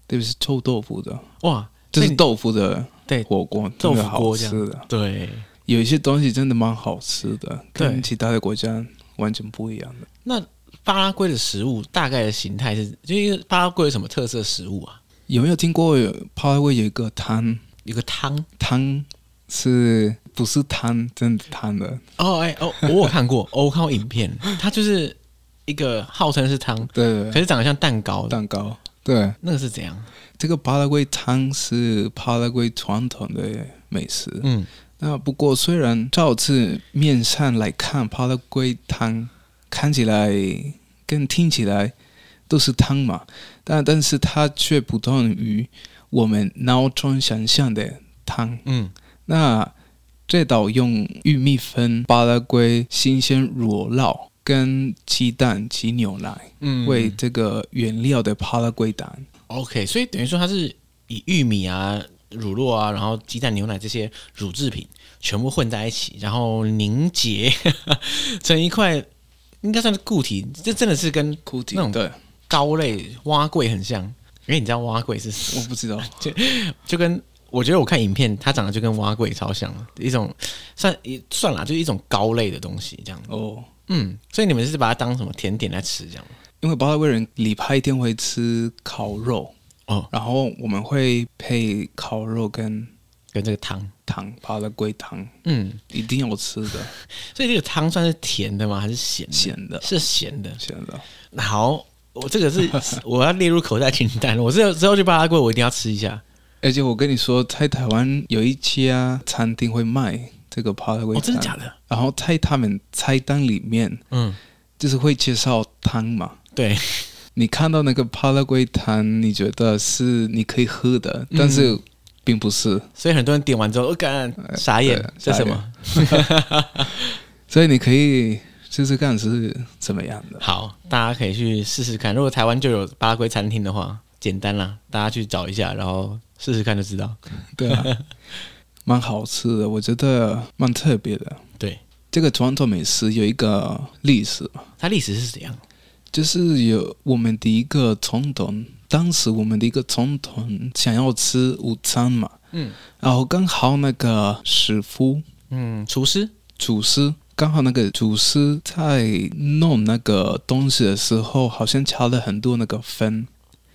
[SPEAKER 1] 特别是臭豆腐的，
[SPEAKER 2] 哇，
[SPEAKER 1] 就
[SPEAKER 2] 所以
[SPEAKER 1] 是
[SPEAKER 2] 你
[SPEAKER 1] 豆腐的
[SPEAKER 2] 对
[SPEAKER 1] 火锅，
[SPEAKER 2] 豆腐
[SPEAKER 1] 真的好
[SPEAKER 2] 锅这样
[SPEAKER 1] 吃的。
[SPEAKER 2] 对。
[SPEAKER 1] 有一些东西真的蛮好吃的，
[SPEAKER 2] 对
[SPEAKER 1] 跟其他的国家完全不一样的。
[SPEAKER 2] 那巴拉圭的食物大概的形态是，就是巴拉圭有什么特色食物啊？
[SPEAKER 1] 有没有听过有帕拉圭有一个汤
[SPEAKER 2] 有个汤
[SPEAKER 1] 汤是不是汤真的汤的？
[SPEAKER 2] 哦，哎、 哦，我有看过，哦我看过影片，它就是一个号称是汤，
[SPEAKER 1] 对
[SPEAKER 2] 可，是长得像蛋糕的，
[SPEAKER 1] 蛋糕。对，
[SPEAKER 2] 那个是怎样？
[SPEAKER 1] 这个巴拉圭汤是巴拉圭传统的美食。
[SPEAKER 2] 嗯，
[SPEAKER 1] 那不过，虽然照字面上来看，巴拉圭汤看起来跟听起来都是汤嘛，但但是它却不同于我们脑中想象的汤。
[SPEAKER 2] 嗯，
[SPEAKER 1] 那这道用玉米粉、巴拉圭新鲜乳酪跟鸡蛋及牛奶
[SPEAKER 2] 嗯
[SPEAKER 1] 为这个原料的巴拉圭蛋，
[SPEAKER 2] OK，所以等于说它是以玉米啊、乳酪啊，然后鸡蛋、牛奶这些乳制品全部混在一起，然后凝结 成一块，应该算是固体。这真的是跟
[SPEAKER 1] 固体
[SPEAKER 2] 那种
[SPEAKER 1] 对，
[SPEAKER 2] 糕类蛙桂很像，因为你知道蛙桂是什么
[SPEAKER 1] 我不知道，
[SPEAKER 2] 就跟我觉得我看影片，它长得就跟蛙桂超像了，一种算一算啦，就是一种糕类的东西这样。
[SPEAKER 1] 哦。
[SPEAKER 2] 嗯，所以你们是把它当什么甜点来吃这样？
[SPEAKER 1] 因为巴拉圭人礼拜天会吃烤肉，
[SPEAKER 2] 哦，
[SPEAKER 1] 然后我们会配烤肉跟
[SPEAKER 2] 跟这个汤，
[SPEAKER 1] 糖，巴拉圭糖
[SPEAKER 2] 嗯，
[SPEAKER 1] 一定要吃的，
[SPEAKER 2] 所以这个汤算是甜的吗？还是咸的？
[SPEAKER 1] 咸的，
[SPEAKER 2] 是咸的。
[SPEAKER 1] 咸的。
[SPEAKER 2] 好，我这个是 我要列入口袋清单了。我之后之后去巴拉圭，我一定要吃一下。
[SPEAKER 1] 而且我跟你说，在台湾有一家餐厅会卖这个巴拉圭
[SPEAKER 2] 哦，
[SPEAKER 1] 糖，
[SPEAKER 2] 真的假的？
[SPEAKER 1] 然后在他们菜单里面
[SPEAKER 2] 嗯，
[SPEAKER 1] 就是会介绍汤嘛。
[SPEAKER 2] 对，
[SPEAKER 1] 你看到那个巴拉圭汤，你觉得是你可以喝的，
[SPEAKER 2] 嗯
[SPEAKER 1] 但是并不是。
[SPEAKER 2] 所以很多人点完之后，我、感干呃傻眼
[SPEAKER 1] 对，
[SPEAKER 2] 这
[SPEAKER 1] 傻
[SPEAKER 2] 什
[SPEAKER 1] 眼
[SPEAKER 2] 么？
[SPEAKER 1] 所以你可以试试看是怎么样的。
[SPEAKER 2] 好，大家可以去试试看。如果台湾就有巴拉圭餐厅的话，简单啦，大家去找一下，然后试试看就知道。
[SPEAKER 1] 对 啊，蛮好吃的，我觉得蛮特别的。
[SPEAKER 2] 对，
[SPEAKER 1] 这个传统美食有一个历史嘛，
[SPEAKER 2] 它历史是怎样？
[SPEAKER 1] 就是有我们的一个总统，当时我们的一个总统想要吃午餐嘛，
[SPEAKER 2] 嗯
[SPEAKER 1] 然后刚好那个师傅
[SPEAKER 2] 嗯，厨师
[SPEAKER 1] 厨师刚好那个厨师在弄那个东西的时候，好像加了很多那个粉，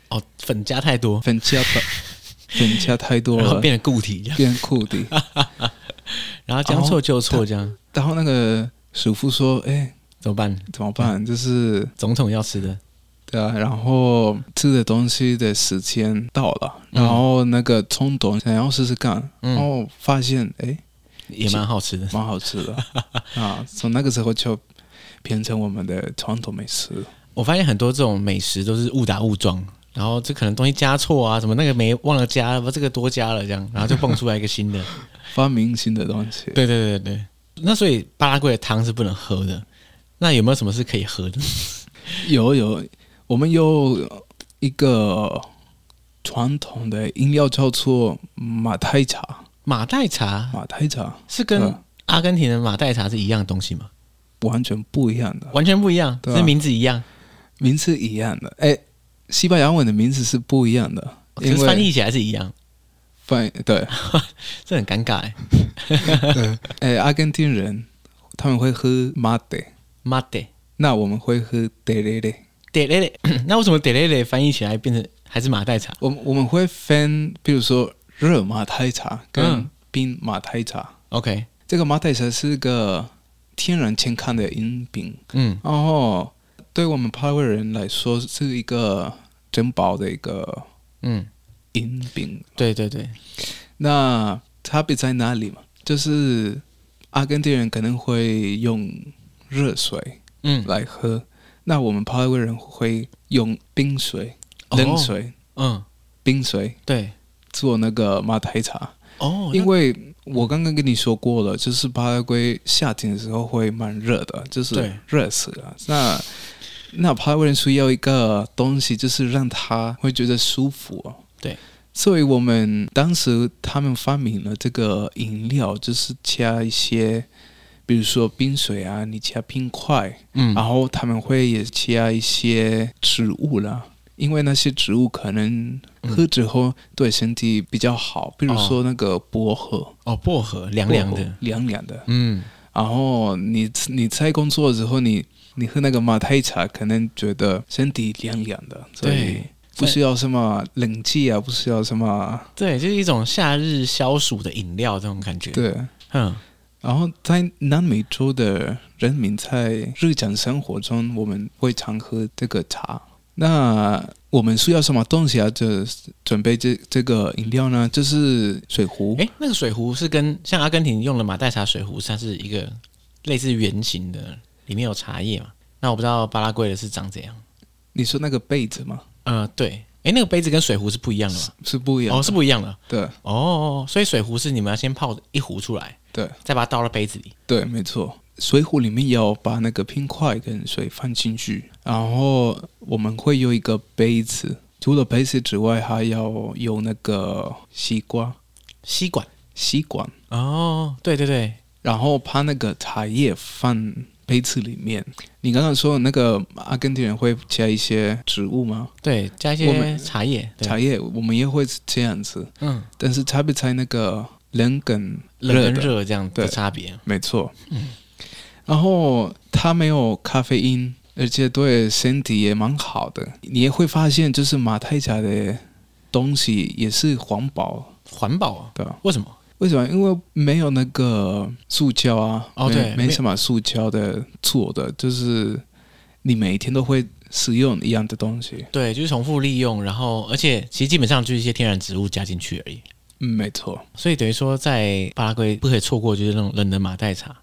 [SPEAKER 2] 哦，粉加太 多，
[SPEAKER 1] 粉加的粉加太多
[SPEAKER 2] 然后
[SPEAKER 1] 了，
[SPEAKER 2] 变得固体这样，哦
[SPEAKER 1] 变固体。
[SPEAKER 2] 然后将错就错这样，
[SPEAKER 1] 然后那个师傅说：“哎、
[SPEAKER 2] 怎么办？
[SPEAKER 1] 怎么办？就是
[SPEAKER 2] 总统要吃的，
[SPEAKER 1] 对啊，然后吃的东西的时间到了，
[SPEAKER 2] 嗯
[SPEAKER 1] 然后那个冲动想要试试看，
[SPEAKER 2] 嗯
[SPEAKER 1] 然后发现哎，
[SPEAKER 2] 也蛮好吃的。
[SPEAKER 1] 蛮 好吃的啊！从那个时候就变成我们的传统美食。
[SPEAKER 2] 我发现很多这种美食都是误打误撞，然后这可能东西加错啊，什么那个没忘了加，不这个多加了这样，然后就蹦出来一个 新的。
[SPEAKER 1] 发明新的东西，
[SPEAKER 2] 对对对对，那所以巴拉圭的汤是不能喝的。那有没有什么是可以喝的？
[SPEAKER 1] 有有，我们有一个传统的饮料叫做马黛茶，
[SPEAKER 2] 马黛茶
[SPEAKER 1] 马黛茶
[SPEAKER 2] 是跟
[SPEAKER 1] 嗯
[SPEAKER 2] 阿根廷的马黛茶是一样的东西吗？
[SPEAKER 1] 完全不一样的，
[SPEAKER 2] 完全不一样，
[SPEAKER 1] 对啊
[SPEAKER 2] 只是名字一样，
[SPEAKER 1] 名字一样的，哎，西班牙文的名字是不一样的，
[SPEAKER 2] 可
[SPEAKER 1] 因
[SPEAKER 2] 哦是翻
[SPEAKER 1] 为
[SPEAKER 2] 译起来是一样，
[SPEAKER 1] 翻译对。
[SPEAKER 2] 这很尴尬哎。
[SPEAKER 1] 哎，阿根廷人他们会喝 mate，
[SPEAKER 2] 马黛
[SPEAKER 1] 那我们会喝 terere。
[SPEAKER 2] 得嘞嘞， 那为什么得嘞嘞翻译起来变成还是马黛茶？
[SPEAKER 1] 我们我们会分，比如说热马黛茶跟
[SPEAKER 2] 嗯
[SPEAKER 1] 冰马黛茶。
[SPEAKER 2] OK，
[SPEAKER 1] 这个马黛茶是个天然健康的饮品，
[SPEAKER 2] 嗯，
[SPEAKER 1] 然后对我们帕拉圭人来说是一个珍宝的一个
[SPEAKER 2] 嗯，
[SPEAKER 1] 饮品。
[SPEAKER 2] 对对对，
[SPEAKER 1] 那差别在哪里嘛？就是阿根廷人可能会用热水
[SPEAKER 2] 嗯，
[SPEAKER 1] 来喝，那我们帕拉圭人会用冰水、
[SPEAKER 2] 哦
[SPEAKER 1] 冷水、
[SPEAKER 2] 嗯，
[SPEAKER 1] 冰水
[SPEAKER 2] 对，
[SPEAKER 1] 做那个马台茶，
[SPEAKER 2] 哦，
[SPEAKER 1] 因为我刚刚跟你说过了，就是巴拉圭夏天的时候会蛮热的，就是
[SPEAKER 2] 对
[SPEAKER 1] 热死了。那那巴拉圭人需要一个东西，就是让他会觉得舒服、哦。
[SPEAKER 2] 对，
[SPEAKER 1] 所以我们当时他们发明了这个饮料，就是加一些，比如说冰水啊，你加冰块，
[SPEAKER 2] 嗯，
[SPEAKER 1] 然后他们会也加一些植物啦，因为那些植物可能
[SPEAKER 2] 嗯
[SPEAKER 1] 喝之后对身体比较好，比如说那个薄荷，
[SPEAKER 2] 哦，薄荷哦凉凉
[SPEAKER 1] 薄荷
[SPEAKER 2] 的，
[SPEAKER 1] 凉凉的。
[SPEAKER 2] 嗯，
[SPEAKER 1] 然后你你在工作之后，你你喝那个马黛茶，可能觉得身体凉凉的，所以
[SPEAKER 2] 对
[SPEAKER 1] 不需要什么冷气啊，不需要什么
[SPEAKER 2] 对，就是一种夏日消暑的饮料这种感觉。，
[SPEAKER 1] 对。
[SPEAKER 2] 嗯，
[SPEAKER 1] 然后在南美洲的人民在日常生活中，我们会常喝这个茶。那我们需要什么东西啊？这准备这这个饮料呢？就是水壶。
[SPEAKER 2] 哎，那个水壶是跟像阿根廷用的马黛茶水壶，它是一个类似圆形的，里面有茶叶嘛。那我不知道巴拉圭的是长怎样。
[SPEAKER 1] 你说那个杯子吗？
[SPEAKER 2] 呃，对，哎，那个杯子跟水壶是不一样的嘛？
[SPEAKER 1] 是啊不一样的。
[SPEAKER 2] 哦，是不一样的。
[SPEAKER 1] 对
[SPEAKER 2] 哦，所以水壶是你们要先泡一壶出来，
[SPEAKER 1] 对
[SPEAKER 2] 再把它倒到杯子里。
[SPEAKER 1] 对，没错。水壶里面要把那个冰块跟水放进去，然后我们会有一个杯子。除了杯子之外，还要有那个吸管，
[SPEAKER 2] 吸管。
[SPEAKER 1] 吸管。
[SPEAKER 2] 哦，对对对，
[SPEAKER 1] 然后把那个茶叶放杯子里面。你刚刚说那个阿根廷人会加一些植物吗？
[SPEAKER 2] 对，加一
[SPEAKER 1] 我
[SPEAKER 2] 些
[SPEAKER 1] 们
[SPEAKER 2] 茶叶。对
[SPEAKER 1] 茶叶我们也会这样子，
[SPEAKER 2] 嗯，
[SPEAKER 1] 但是差别在那个冷跟
[SPEAKER 2] 冷跟
[SPEAKER 1] 的，
[SPEAKER 2] 热这嗯样的
[SPEAKER 1] 对
[SPEAKER 2] 差别。
[SPEAKER 1] 没错。然后它没有咖啡因，而且对身体也蛮好的。你也会发现，就是马太茶的东西也是环保，
[SPEAKER 2] 环保啊？
[SPEAKER 1] 对吧？
[SPEAKER 2] 为什么？
[SPEAKER 1] 为什么？因为没有那个塑胶啊，
[SPEAKER 2] 哦
[SPEAKER 1] 没
[SPEAKER 2] 对
[SPEAKER 1] 没
[SPEAKER 2] 没
[SPEAKER 1] 什么塑胶的做的，就是你每天都会使用一样的东西。
[SPEAKER 2] 对，就是重复利用，然后而且其实基本上就是一些天然植物加进去而已。
[SPEAKER 1] 嗯，没错，
[SPEAKER 2] 所以等于说，在巴拉圭不可以错过就是那种冷的马黛茶，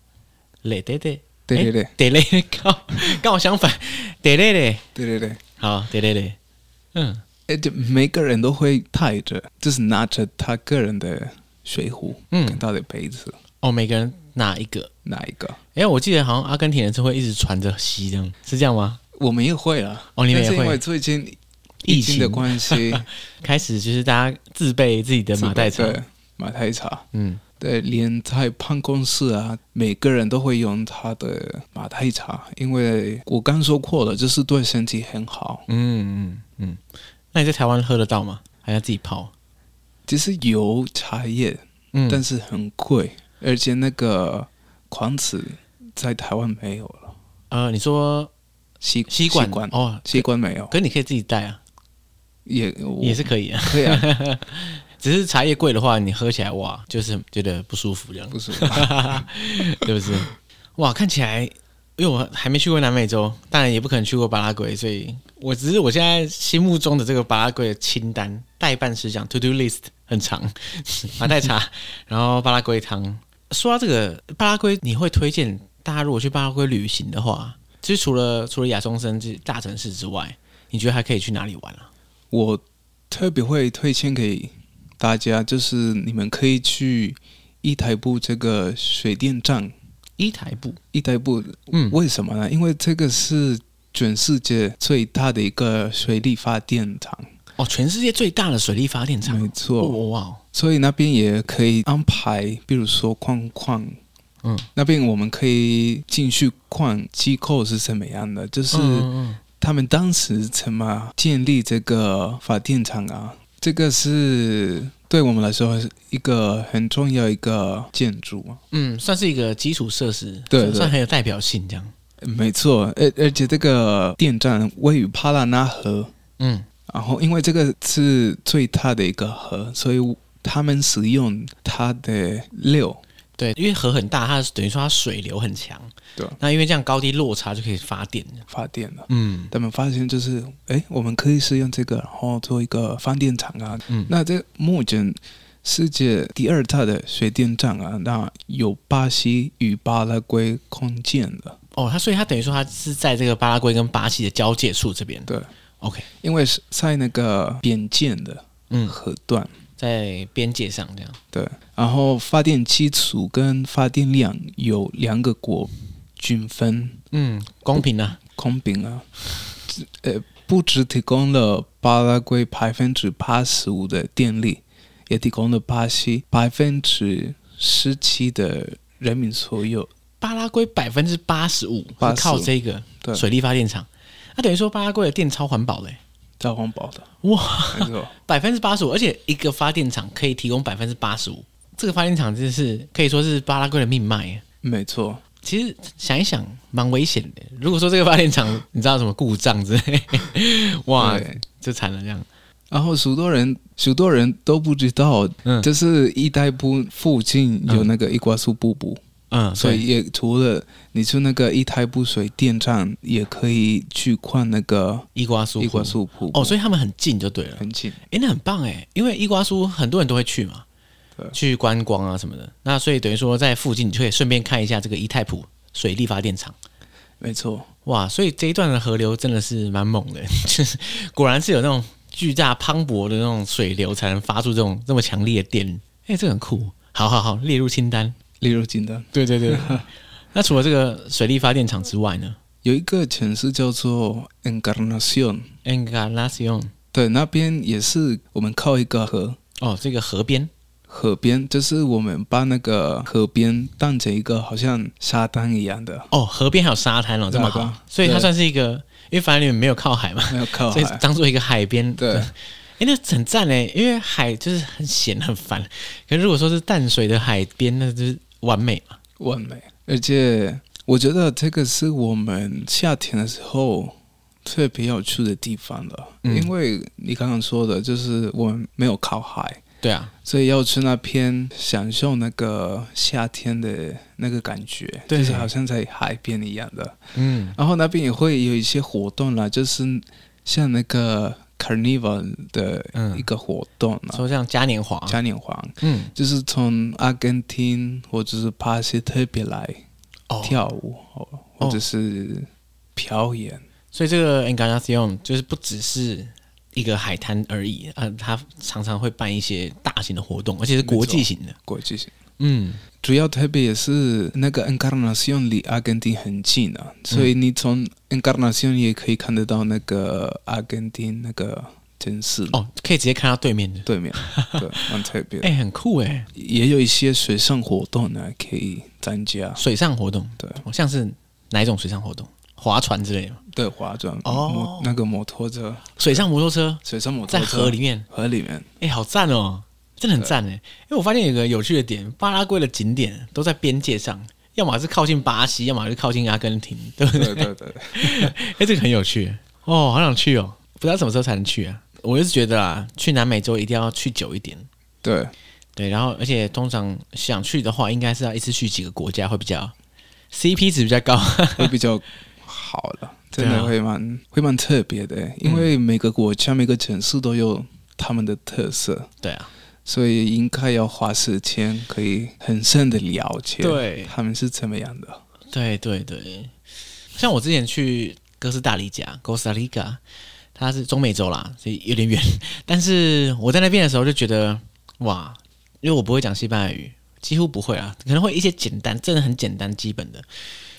[SPEAKER 2] 累得得
[SPEAKER 1] 对对
[SPEAKER 2] 诶得
[SPEAKER 1] 对，
[SPEAKER 2] 嘞，刚刚好相反，得嘞嘞，
[SPEAKER 1] 对对对，
[SPEAKER 2] 好得嘞嘞，嗯，
[SPEAKER 1] 而且每个人都会带着，就是拿着他个人的水壶，
[SPEAKER 2] 嗯
[SPEAKER 1] 跟他的杯子，
[SPEAKER 2] 哦，每个人拿一个。
[SPEAKER 1] 哪一个？
[SPEAKER 2] 哎，我记得好像阿根廷人是会一直传着吸，这样是这样吗？
[SPEAKER 1] 我们也会啊，
[SPEAKER 2] 哦你们也
[SPEAKER 1] 但是因
[SPEAKER 2] 会
[SPEAKER 1] 为最近
[SPEAKER 2] 疫
[SPEAKER 1] 情的
[SPEAKER 2] 情
[SPEAKER 1] 关系，
[SPEAKER 2] 开始就是大家自备自己的马黛茶，
[SPEAKER 1] 对马黛茶。
[SPEAKER 2] 嗯，
[SPEAKER 1] 对，连在办公室啊，每个人都会用他的马黛茶，因为我刚说过了，就是对身体很好。
[SPEAKER 2] 嗯嗯嗯，那你在台湾喝得到吗？还要自己泡？
[SPEAKER 1] 其实有茶叶，
[SPEAKER 2] 嗯，
[SPEAKER 1] 但是很贵，而且那个款式在台湾没有了，
[SPEAKER 2] 呃，你说
[SPEAKER 1] 吸
[SPEAKER 2] 吸管
[SPEAKER 1] 管
[SPEAKER 2] 哦，
[SPEAKER 1] 吸管没有，
[SPEAKER 2] 可你可以自己带啊，
[SPEAKER 1] 也我
[SPEAKER 2] 也是可以啊。
[SPEAKER 1] 可以啊，
[SPEAKER 2] 只是茶叶贵的话，你喝起来哇，就是觉得不舒服这样，
[SPEAKER 1] 不是
[SPEAKER 2] 对不是？哇，看起来，因为我还没去过南美洲，当然也不可能去过巴拉圭，所以我只是我现在心目中的这个巴拉圭的清单代办事项 to do list 很长， 啊马黛茶，然后巴拉圭汤。说到这个巴拉圭，你会推荐大家如果去巴拉圭旅行的话，就是除了除了亚松森这大城市之外，你觉得还可以去哪里玩啊？
[SPEAKER 1] 我特别会推荐给大家，就是你们可以去一台布这个水电站。
[SPEAKER 2] 伊台布，
[SPEAKER 1] 一台布
[SPEAKER 2] 嗯，
[SPEAKER 1] 为什么呢？因为这个是全世界最大的一个水力发电厂，
[SPEAKER 2] 哦，全世界最大的水力发电厂哦
[SPEAKER 1] 没，
[SPEAKER 2] 哇
[SPEAKER 1] 错。
[SPEAKER 2] 哇哇，
[SPEAKER 1] 所以那边也可以安排，比如说矿矿，
[SPEAKER 2] 嗯，
[SPEAKER 1] 那边我们可以进去看机构是怎么样的，就是
[SPEAKER 2] 嗯嗯
[SPEAKER 1] 他们当时怎么建立这个发电厂啊？这个是对我们来说是一个很重要一个建筑啊。
[SPEAKER 2] 嗯，嗯算是一个基础设施，
[SPEAKER 1] 对
[SPEAKER 2] 算
[SPEAKER 1] 对
[SPEAKER 2] 算很有代表性这样。
[SPEAKER 1] 没错，而而且这个电站位于帕拉纳河，
[SPEAKER 2] 嗯，
[SPEAKER 1] 然后因为这个是最大的一个河，所以他们使用它的六。
[SPEAKER 2] 对，因为河很大，它等于说它水流很强。
[SPEAKER 1] 对
[SPEAKER 2] 那因为这样高低落差就可以发电。
[SPEAKER 1] 发电了。
[SPEAKER 2] 嗯
[SPEAKER 1] 他们发现就是，哎，我们可以使用这个，然后做一个发电厂啊。
[SPEAKER 2] 嗯
[SPEAKER 1] 那这目前世界第二大的水电站啊，那有巴西与巴拉圭空间的。
[SPEAKER 2] 哦，它所以它等于说它是在这个巴拉圭跟巴西的交界处这边。
[SPEAKER 1] 对
[SPEAKER 2] ，OK，
[SPEAKER 1] 因为是在那个边界的
[SPEAKER 2] 嗯，
[SPEAKER 1] 河段，
[SPEAKER 2] 在边界上这样。
[SPEAKER 1] 对。然后发电基础跟发电量有两个国均分，
[SPEAKER 2] 嗯，公平啊。
[SPEAKER 1] 空瓶啊，只呃，不只提供了巴拉圭百分之八十五的电力，也提供了巴西百分之十七的人民所有。
[SPEAKER 2] 巴拉圭百分之八十五是
[SPEAKER 1] 85
[SPEAKER 2] 靠这个
[SPEAKER 1] 对
[SPEAKER 2] 水力发电厂，那等于说巴拉圭的电超环保嘞、
[SPEAKER 1] 在环保的，
[SPEAKER 2] 哇，
[SPEAKER 1] 没错，
[SPEAKER 2] 百分之八十五，而且一个发电厂可以提供百分之八十五，这个发电厂真的是可以说是巴拉圭的命脉啊耶。
[SPEAKER 1] 没错，
[SPEAKER 2] 其实想一想，蛮危险的。如果说这个发电厂你知道什么故障之类， 哇，
[SPEAKER 1] 对
[SPEAKER 2] 就惨了这样。
[SPEAKER 1] 然后许多人，许多人都不知道，
[SPEAKER 2] 嗯
[SPEAKER 1] 就是一代布附近有那个伊瓜苏瀑布，
[SPEAKER 2] 嗯，
[SPEAKER 1] 所
[SPEAKER 2] 所
[SPEAKER 1] 以
[SPEAKER 2] 以
[SPEAKER 1] 也除了你去那个一代布水电站，也可以去看那个
[SPEAKER 2] 伊瓜苏湖
[SPEAKER 1] 伊瓜苏瀑布，
[SPEAKER 2] 哦，所以他们很近就对了。
[SPEAKER 1] 很近。
[SPEAKER 2] 哎、那很棒哎，因为伊瓜苏很多人都会去嘛
[SPEAKER 1] 对，
[SPEAKER 2] 去观光啊什么的。那所以等于说在附近，你就可以顺便看一下这个伊泰普水力发电厂。
[SPEAKER 1] 没错，
[SPEAKER 2] 哇，所以这一段的河流真的是蛮猛的， 就是果然是有那种巨大磅礴的那种水流才能发出这种这么强烈的电。哎、这个很酷，好好好，列入清单。
[SPEAKER 1] 例如简单。
[SPEAKER 2] 对对对。 那除了这个水力发电厂之外呢
[SPEAKER 1] 有一个城市叫做 Encarnacion，
[SPEAKER 2] ？Encarnacion，
[SPEAKER 1] 对，那边也是我们靠一个河，
[SPEAKER 2] 哦，这个河边，
[SPEAKER 1] 河边就是我们把那个河边当成一个好像沙滩一样的，
[SPEAKER 2] 哦，河边还有沙滩哦，这么
[SPEAKER 1] 对啊对
[SPEAKER 2] 好
[SPEAKER 1] 啊，
[SPEAKER 2] 所以它
[SPEAKER 1] 对
[SPEAKER 2] 算是一个，因为反正你们没有靠海嘛，
[SPEAKER 1] 没有靠
[SPEAKER 2] 所以
[SPEAKER 1] 海，
[SPEAKER 2] 当做一个海边。
[SPEAKER 1] 对
[SPEAKER 2] 哎、诶那很赞哎，因为海就是很咸很烦，可是如果说是淡水的海边，那就是完美嘛。
[SPEAKER 1] 完美。而且我觉得这个是我们夏天的时候特别要去的地方了，
[SPEAKER 2] 嗯
[SPEAKER 1] 因为你刚刚说的，就是我们没有靠海。
[SPEAKER 2] 对啊，
[SPEAKER 1] 所以要去那边享受那个夏天的那个感觉，
[SPEAKER 2] 对
[SPEAKER 1] 就是好像在海边一样的。
[SPEAKER 2] 嗯，
[SPEAKER 1] 然后那边也会有一些活动啦，就是像那个 Carnival 的一个活动啊，
[SPEAKER 2] 嗯说像嘉年华，
[SPEAKER 1] 嘉年华，
[SPEAKER 2] 嗯，
[SPEAKER 1] 就是从阿根廷或者是巴西特别来
[SPEAKER 2] 哦，
[SPEAKER 1] 跳舞，哦、或者是表演。
[SPEAKER 2] 所以这个 Encarnacion 就是不只是一个海滩而已，呃，它常常会办一些大型的活动，而且是国际型的。
[SPEAKER 1] 国际性
[SPEAKER 2] 嗯，
[SPEAKER 1] 主要特别也是那个 Encarnacion 离阿根廷很近啊，
[SPEAKER 2] 嗯
[SPEAKER 1] 所以你从 Encarnacion 也可以看得到那个阿根廷那个城市
[SPEAKER 2] 哦，可以直接看到对面的，
[SPEAKER 1] 对面，对，蛮特别的
[SPEAKER 2] 哎、。很酷哎、
[SPEAKER 1] 也有一些水上活动呢可以参加，
[SPEAKER 2] 水上活动，
[SPEAKER 1] 啊对
[SPEAKER 2] 哦，像是哪一种水上活动？划船之类的吗，
[SPEAKER 1] 对，划船
[SPEAKER 2] 哦
[SPEAKER 1] 摩那个摩托车，
[SPEAKER 2] 水上摩托车
[SPEAKER 1] 水上摩托
[SPEAKER 2] 在
[SPEAKER 1] 车
[SPEAKER 2] 河里面，
[SPEAKER 1] 河里面，
[SPEAKER 2] 哎、好赞哎哦，真的很赞哎！因为我发现有个有趣的点，巴拉圭的景点都在边界上，要么是靠近巴西，要么是靠近阿根廷，对不对？
[SPEAKER 1] 对对对，
[SPEAKER 2] 哎、这个很有趣哦，好想去哦，不知道什么时候才能去啊。我一直觉得啊，去南美洲一定要去久一点，
[SPEAKER 1] 对
[SPEAKER 2] 对，然后而且通常想去的话，应该是要一次去几个国家会比较 CP 值比较高。
[SPEAKER 1] 会比较好了，真
[SPEAKER 2] 对
[SPEAKER 1] 的
[SPEAKER 2] 啊
[SPEAKER 1] 会蛮会蛮特别的，因为每个国家每个城市都有他们的特色，
[SPEAKER 2] 对啊，
[SPEAKER 1] 所以应该要花时间可以很深的了解，
[SPEAKER 2] 对
[SPEAKER 1] 他们是怎么样的。
[SPEAKER 2] 对对对，像我之前去哥斯达黎加 （Costa Rica），它是中美洲啦，所以有点远。但是我在那边的时候就觉得，哇，因为我不会讲西班牙语，几乎不会啊，可能会一些简单，真的很简单基本的。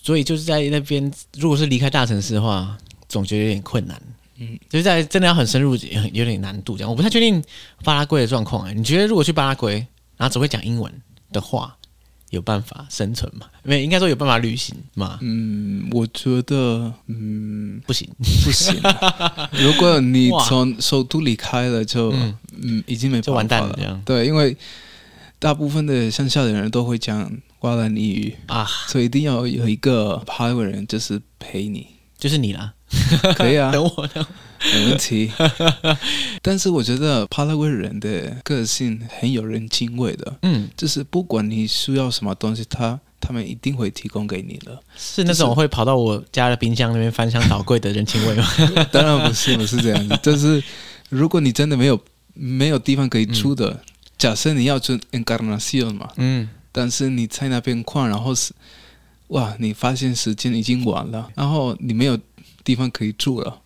[SPEAKER 2] 所以就是在那边，如果是离开大城市的话，总觉得有点困难。嗯，就是在真的要很深入，也很有点难度这样。我不太确定巴拉圭的状况哎、你觉得如果去巴拉圭，然后只会讲英文的话，有办法生存吗？没有，应该说有办法旅行吗？
[SPEAKER 1] 嗯，我觉得嗯
[SPEAKER 2] 不行，
[SPEAKER 1] 不行啊、如果你
[SPEAKER 2] 哇
[SPEAKER 1] 从首都离开了就，
[SPEAKER 2] 嗯
[SPEAKER 1] 嗯已经没
[SPEAKER 2] 就完
[SPEAKER 1] 办
[SPEAKER 2] 蛋
[SPEAKER 1] 法
[SPEAKER 2] 了这样
[SPEAKER 1] 对，因为大部分的乡下的人都会讲瓜兰语语
[SPEAKER 2] 啊，
[SPEAKER 1] 所以一定要有一个帕拉维人就是 陪你，
[SPEAKER 2] 就是你啦。
[SPEAKER 1] 可以啊，
[SPEAKER 2] 等我，等我
[SPEAKER 1] 没 问题。但是我觉得帕拉维人的个性很有人情味的，
[SPEAKER 2] 嗯，
[SPEAKER 1] 就是不管你需要什么东西，他他们一定会提供给你的。
[SPEAKER 2] 是那种会跑到我家的冰箱那边翻箱倒柜的人情味吗？
[SPEAKER 1] 当然不是，不是这样子。就是如果你真的没有没有地方可以住的，假设你要住 Encarnacion 嘛，
[SPEAKER 2] 嗯，
[SPEAKER 1] 但是你在那边逛，然后是哇，你发现时间已经晚了，然后你没有地方可以住了，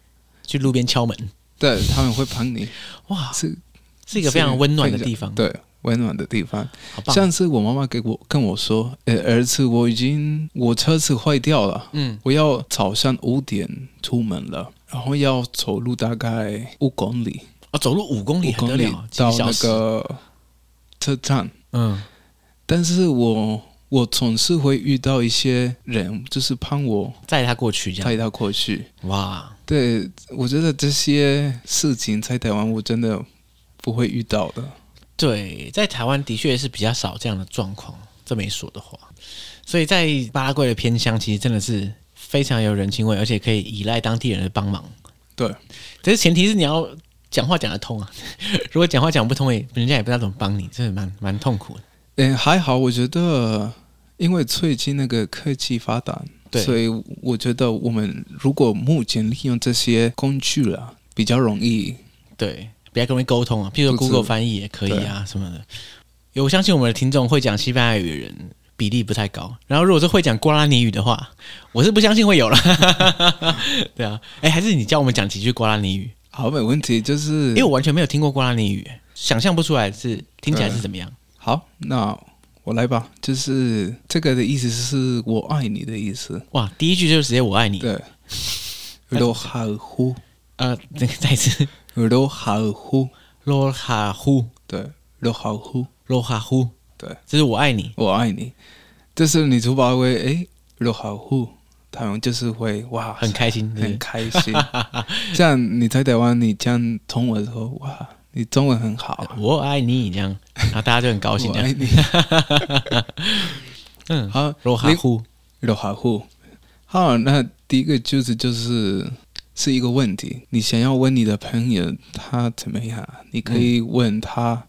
[SPEAKER 2] 去路边敲门，
[SPEAKER 1] 对，他们会帮你，
[SPEAKER 2] 哇，
[SPEAKER 1] 是
[SPEAKER 2] 是一个非常温暖的地方，
[SPEAKER 1] 对温暖的地方。
[SPEAKER 2] 好棒。
[SPEAKER 1] 上次我妈妈给我跟我说，呃，儿子，我已经我车子坏掉了，
[SPEAKER 2] 嗯，
[SPEAKER 1] 我要早上五点出门了，然后要走路大概五公里。
[SPEAKER 2] 哦，走路五公里
[SPEAKER 1] 五
[SPEAKER 2] 很
[SPEAKER 1] 公
[SPEAKER 2] 得
[SPEAKER 1] 里
[SPEAKER 2] 了，几
[SPEAKER 1] 到
[SPEAKER 2] 小
[SPEAKER 1] 那
[SPEAKER 2] 时，
[SPEAKER 1] 个车站，
[SPEAKER 2] 嗯，
[SPEAKER 1] 但是我我总是会遇到一些人，就是帮我
[SPEAKER 2] 载他过去这样，
[SPEAKER 1] 带他过去。
[SPEAKER 2] 哇，
[SPEAKER 1] 对，我觉得这些事情在台湾我真的不会遇到的。
[SPEAKER 2] 对，在台湾的确是比较少这样的状况，这么一说的话，所以在巴拉圭的偏乡，其实真的是非常有人情味，而且可以依赖当地人的帮忙。
[SPEAKER 1] 对，
[SPEAKER 2] 但是前提是你要讲话讲得通啊， 如果讲话讲不通，也人家也不知道怎么帮你，真的蛮蛮痛苦的。
[SPEAKER 1] 嗯，还好，我觉得因为最近那个科技发达，
[SPEAKER 2] 对
[SPEAKER 1] 所以我觉得我们如果目前利用这些工具了，比较容易。
[SPEAKER 2] 对，比较容易沟通啊，譬如说
[SPEAKER 1] 不止
[SPEAKER 2] Google 翻译也可以啊什么的。有我相信我们的听众会讲西班牙语的人比例不太高，然后如果是会讲瓜拉尼语的话，我是不相信会有了。 对啊，哎、还是你教我们讲几句瓜拉尼语，
[SPEAKER 1] 好，没问题，就是
[SPEAKER 2] 因为我完全没有听过瓜拉尼语，想象不出来是听起来是怎么样。
[SPEAKER 1] 好，那我来吧。就是这个的意思是我爱你的意思。
[SPEAKER 2] 哇，第一句就是直接我爱你。
[SPEAKER 1] 对，罗哈尔呼，
[SPEAKER 2] 呃，再再一次，
[SPEAKER 1] 罗哈尔呼，
[SPEAKER 2] 罗哈呼，
[SPEAKER 1] 对，罗哈尔呼，
[SPEAKER 2] 罗哈呼，
[SPEAKER 1] 对，
[SPEAKER 2] 这是我爱你。
[SPEAKER 1] 我爱你。就是你出发会，诶，罗哈尔呼，他们就是会哇，
[SPEAKER 2] 很开心，对不
[SPEAKER 1] 很
[SPEAKER 2] 对
[SPEAKER 1] 开心。像你在台湾，你讲中文的时候，哇，你中文很好 啊，
[SPEAKER 2] 我爱你这样，然后大家就很高兴
[SPEAKER 1] 我
[SPEAKER 2] 这样。
[SPEAKER 1] 爱你。
[SPEAKER 2] 嗯，
[SPEAKER 1] 好，
[SPEAKER 2] 罗哈呼，
[SPEAKER 1] 罗哈户。好，那第一个句子就是是一个问题，你想要问你的朋友他怎么样，你可以问他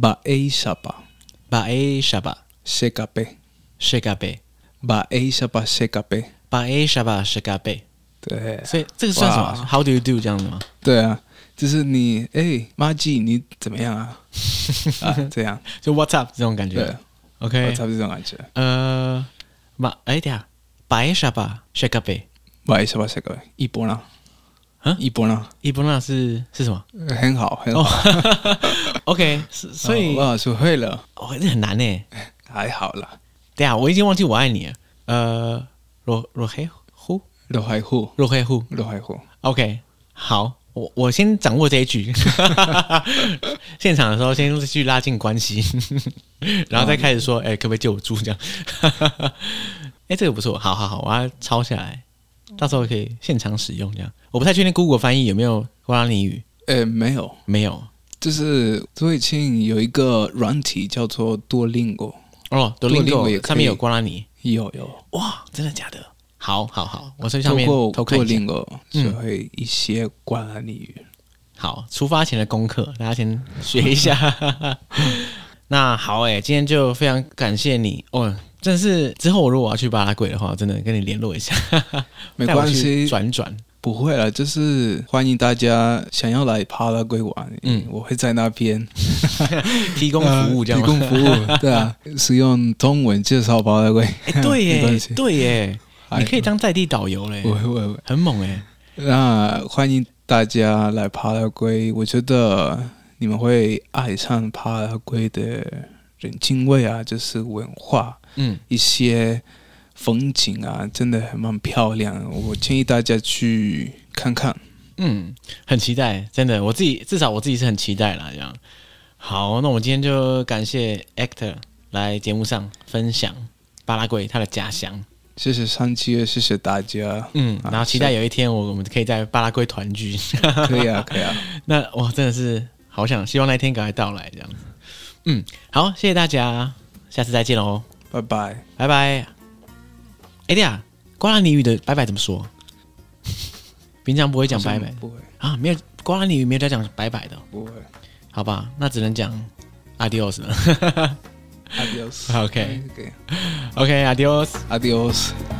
[SPEAKER 1] 把 A 下吧，
[SPEAKER 2] 巴埃沙巴。
[SPEAKER 1] 谢嘎贝，
[SPEAKER 2] 是嘎贝，
[SPEAKER 1] 把 A 下吧，谢嘎贝。
[SPEAKER 2] 巴埃沙巴是嘎贝，
[SPEAKER 1] 对
[SPEAKER 2] 所以这个算什么
[SPEAKER 1] 哇
[SPEAKER 2] ？How do you do 这样子吗？
[SPEAKER 1] 对啊，就是你哎，妈鸡你怎么 样啊？啊，这样
[SPEAKER 2] 就 What's up 这种感
[SPEAKER 1] 对
[SPEAKER 2] 觉。，OK，
[SPEAKER 1] 我差不多这种感觉。
[SPEAKER 2] 呃，马哎等一下，巴埃沙巴是嘎贝，
[SPEAKER 1] 把 A 下吧，谢嘎贝，一波浪
[SPEAKER 2] 啊，
[SPEAKER 1] 一波浪，
[SPEAKER 2] 伊波纳是是什么
[SPEAKER 1] 呃很好，很好。
[SPEAKER 2] ？OK，是哦所以
[SPEAKER 1] 我学会了，
[SPEAKER 2] 哦，这很难呢。
[SPEAKER 1] 还好啦。
[SPEAKER 2] 等一下我已经忘记我爱你了。呃，罗罗黑呼，
[SPEAKER 1] 罗海户，
[SPEAKER 2] 罗黑呼。
[SPEAKER 1] 罗海户，
[SPEAKER 2] OK，好，我我先掌握这一局。 现场的时候先用这句拉近关系， 然后再开始
[SPEAKER 1] 哦
[SPEAKER 2] 说，哎、可不可以借我住这样？ 哎、这个不错，好好好，我要抄下来，到时候可以现场使用这样。我不太确定 Google 翻译有没有瓜拉尼语，
[SPEAKER 1] 呃，没有。
[SPEAKER 2] 没有。
[SPEAKER 1] 就是最近有一个软体叫做多 o l i n g o
[SPEAKER 2] 哦，多
[SPEAKER 1] Duolingo
[SPEAKER 2] 邻
[SPEAKER 1] 也
[SPEAKER 2] 国
[SPEAKER 1] 可以
[SPEAKER 2] 上面有瓜拉尼，
[SPEAKER 1] 有有，
[SPEAKER 2] 哇，真的假的？好好好，我在上
[SPEAKER 1] 透
[SPEAKER 2] 面
[SPEAKER 1] 过
[SPEAKER 2] 偷
[SPEAKER 1] 透
[SPEAKER 2] 看
[SPEAKER 1] 过
[SPEAKER 2] 一下。嗯
[SPEAKER 1] 另个学会一些管理语。
[SPEAKER 2] 好，出发前的功课，大家先学一下。 那好哎、今天就非常感谢你哦，真的是之后如果我要去巴拉圭的话，我真的跟你联络一下，
[SPEAKER 1] 没
[SPEAKER 2] 带我
[SPEAKER 1] 关
[SPEAKER 2] 去
[SPEAKER 1] 系，
[SPEAKER 2] 转转。
[SPEAKER 1] 不会了，就是欢迎大家想要来帕拉圭玩，
[SPEAKER 2] 嗯
[SPEAKER 1] 嗯，我会在那边
[SPEAKER 2] 提供
[SPEAKER 1] 呃
[SPEAKER 2] 服务这样
[SPEAKER 1] 提
[SPEAKER 2] 吗？
[SPEAKER 1] 供服务，对啊，使用中文介绍帕拉圭，
[SPEAKER 2] 哎、对
[SPEAKER 1] 没
[SPEAKER 2] 耶
[SPEAKER 1] 关，系
[SPEAKER 2] 对耶，
[SPEAKER 1] 哎
[SPEAKER 2] 你可以当在地导游嘞，
[SPEAKER 1] 我会我会，
[SPEAKER 2] 很猛哎。
[SPEAKER 1] 那欢迎大家来帕拉圭，我觉得你们会爱上帕拉圭的人情味啊，就是文化
[SPEAKER 2] 嗯，
[SPEAKER 1] 一些风景啊，真的还蛮漂亮，我建议大家去看看。
[SPEAKER 2] 嗯，很期待，真的，我自己至少我自己是很期待啦。这样，好，那我今天就感谢 Actor 来节目上分享巴拉圭他的家乡，。
[SPEAKER 1] 谢谢上期，谢谢大家
[SPEAKER 2] 嗯，
[SPEAKER 1] 啊
[SPEAKER 2] 然后期待有一天我我们可以在巴拉圭团聚。
[SPEAKER 1] 可以啊，可以啊，
[SPEAKER 2] 那我真的是好想，希望那一天赶快到来，这样子。嗯，好，谢谢大家，下次再见喽，
[SPEAKER 1] 拜拜。
[SPEAKER 2] 拜拜。哎对呀，瓜拉尼语的拜拜怎么说？ 平常不会讲拜拜
[SPEAKER 1] 不会，
[SPEAKER 2] 啊，没有瓜拉尼语没有在讲拜拜的哦。
[SPEAKER 1] 不会。
[SPEAKER 2] 好吧，那只能讲 adios 了。
[SPEAKER 1] Adios.
[SPEAKER 2] Okay.
[SPEAKER 1] Okay.
[SPEAKER 2] OK，adios、
[SPEAKER 1] Adios.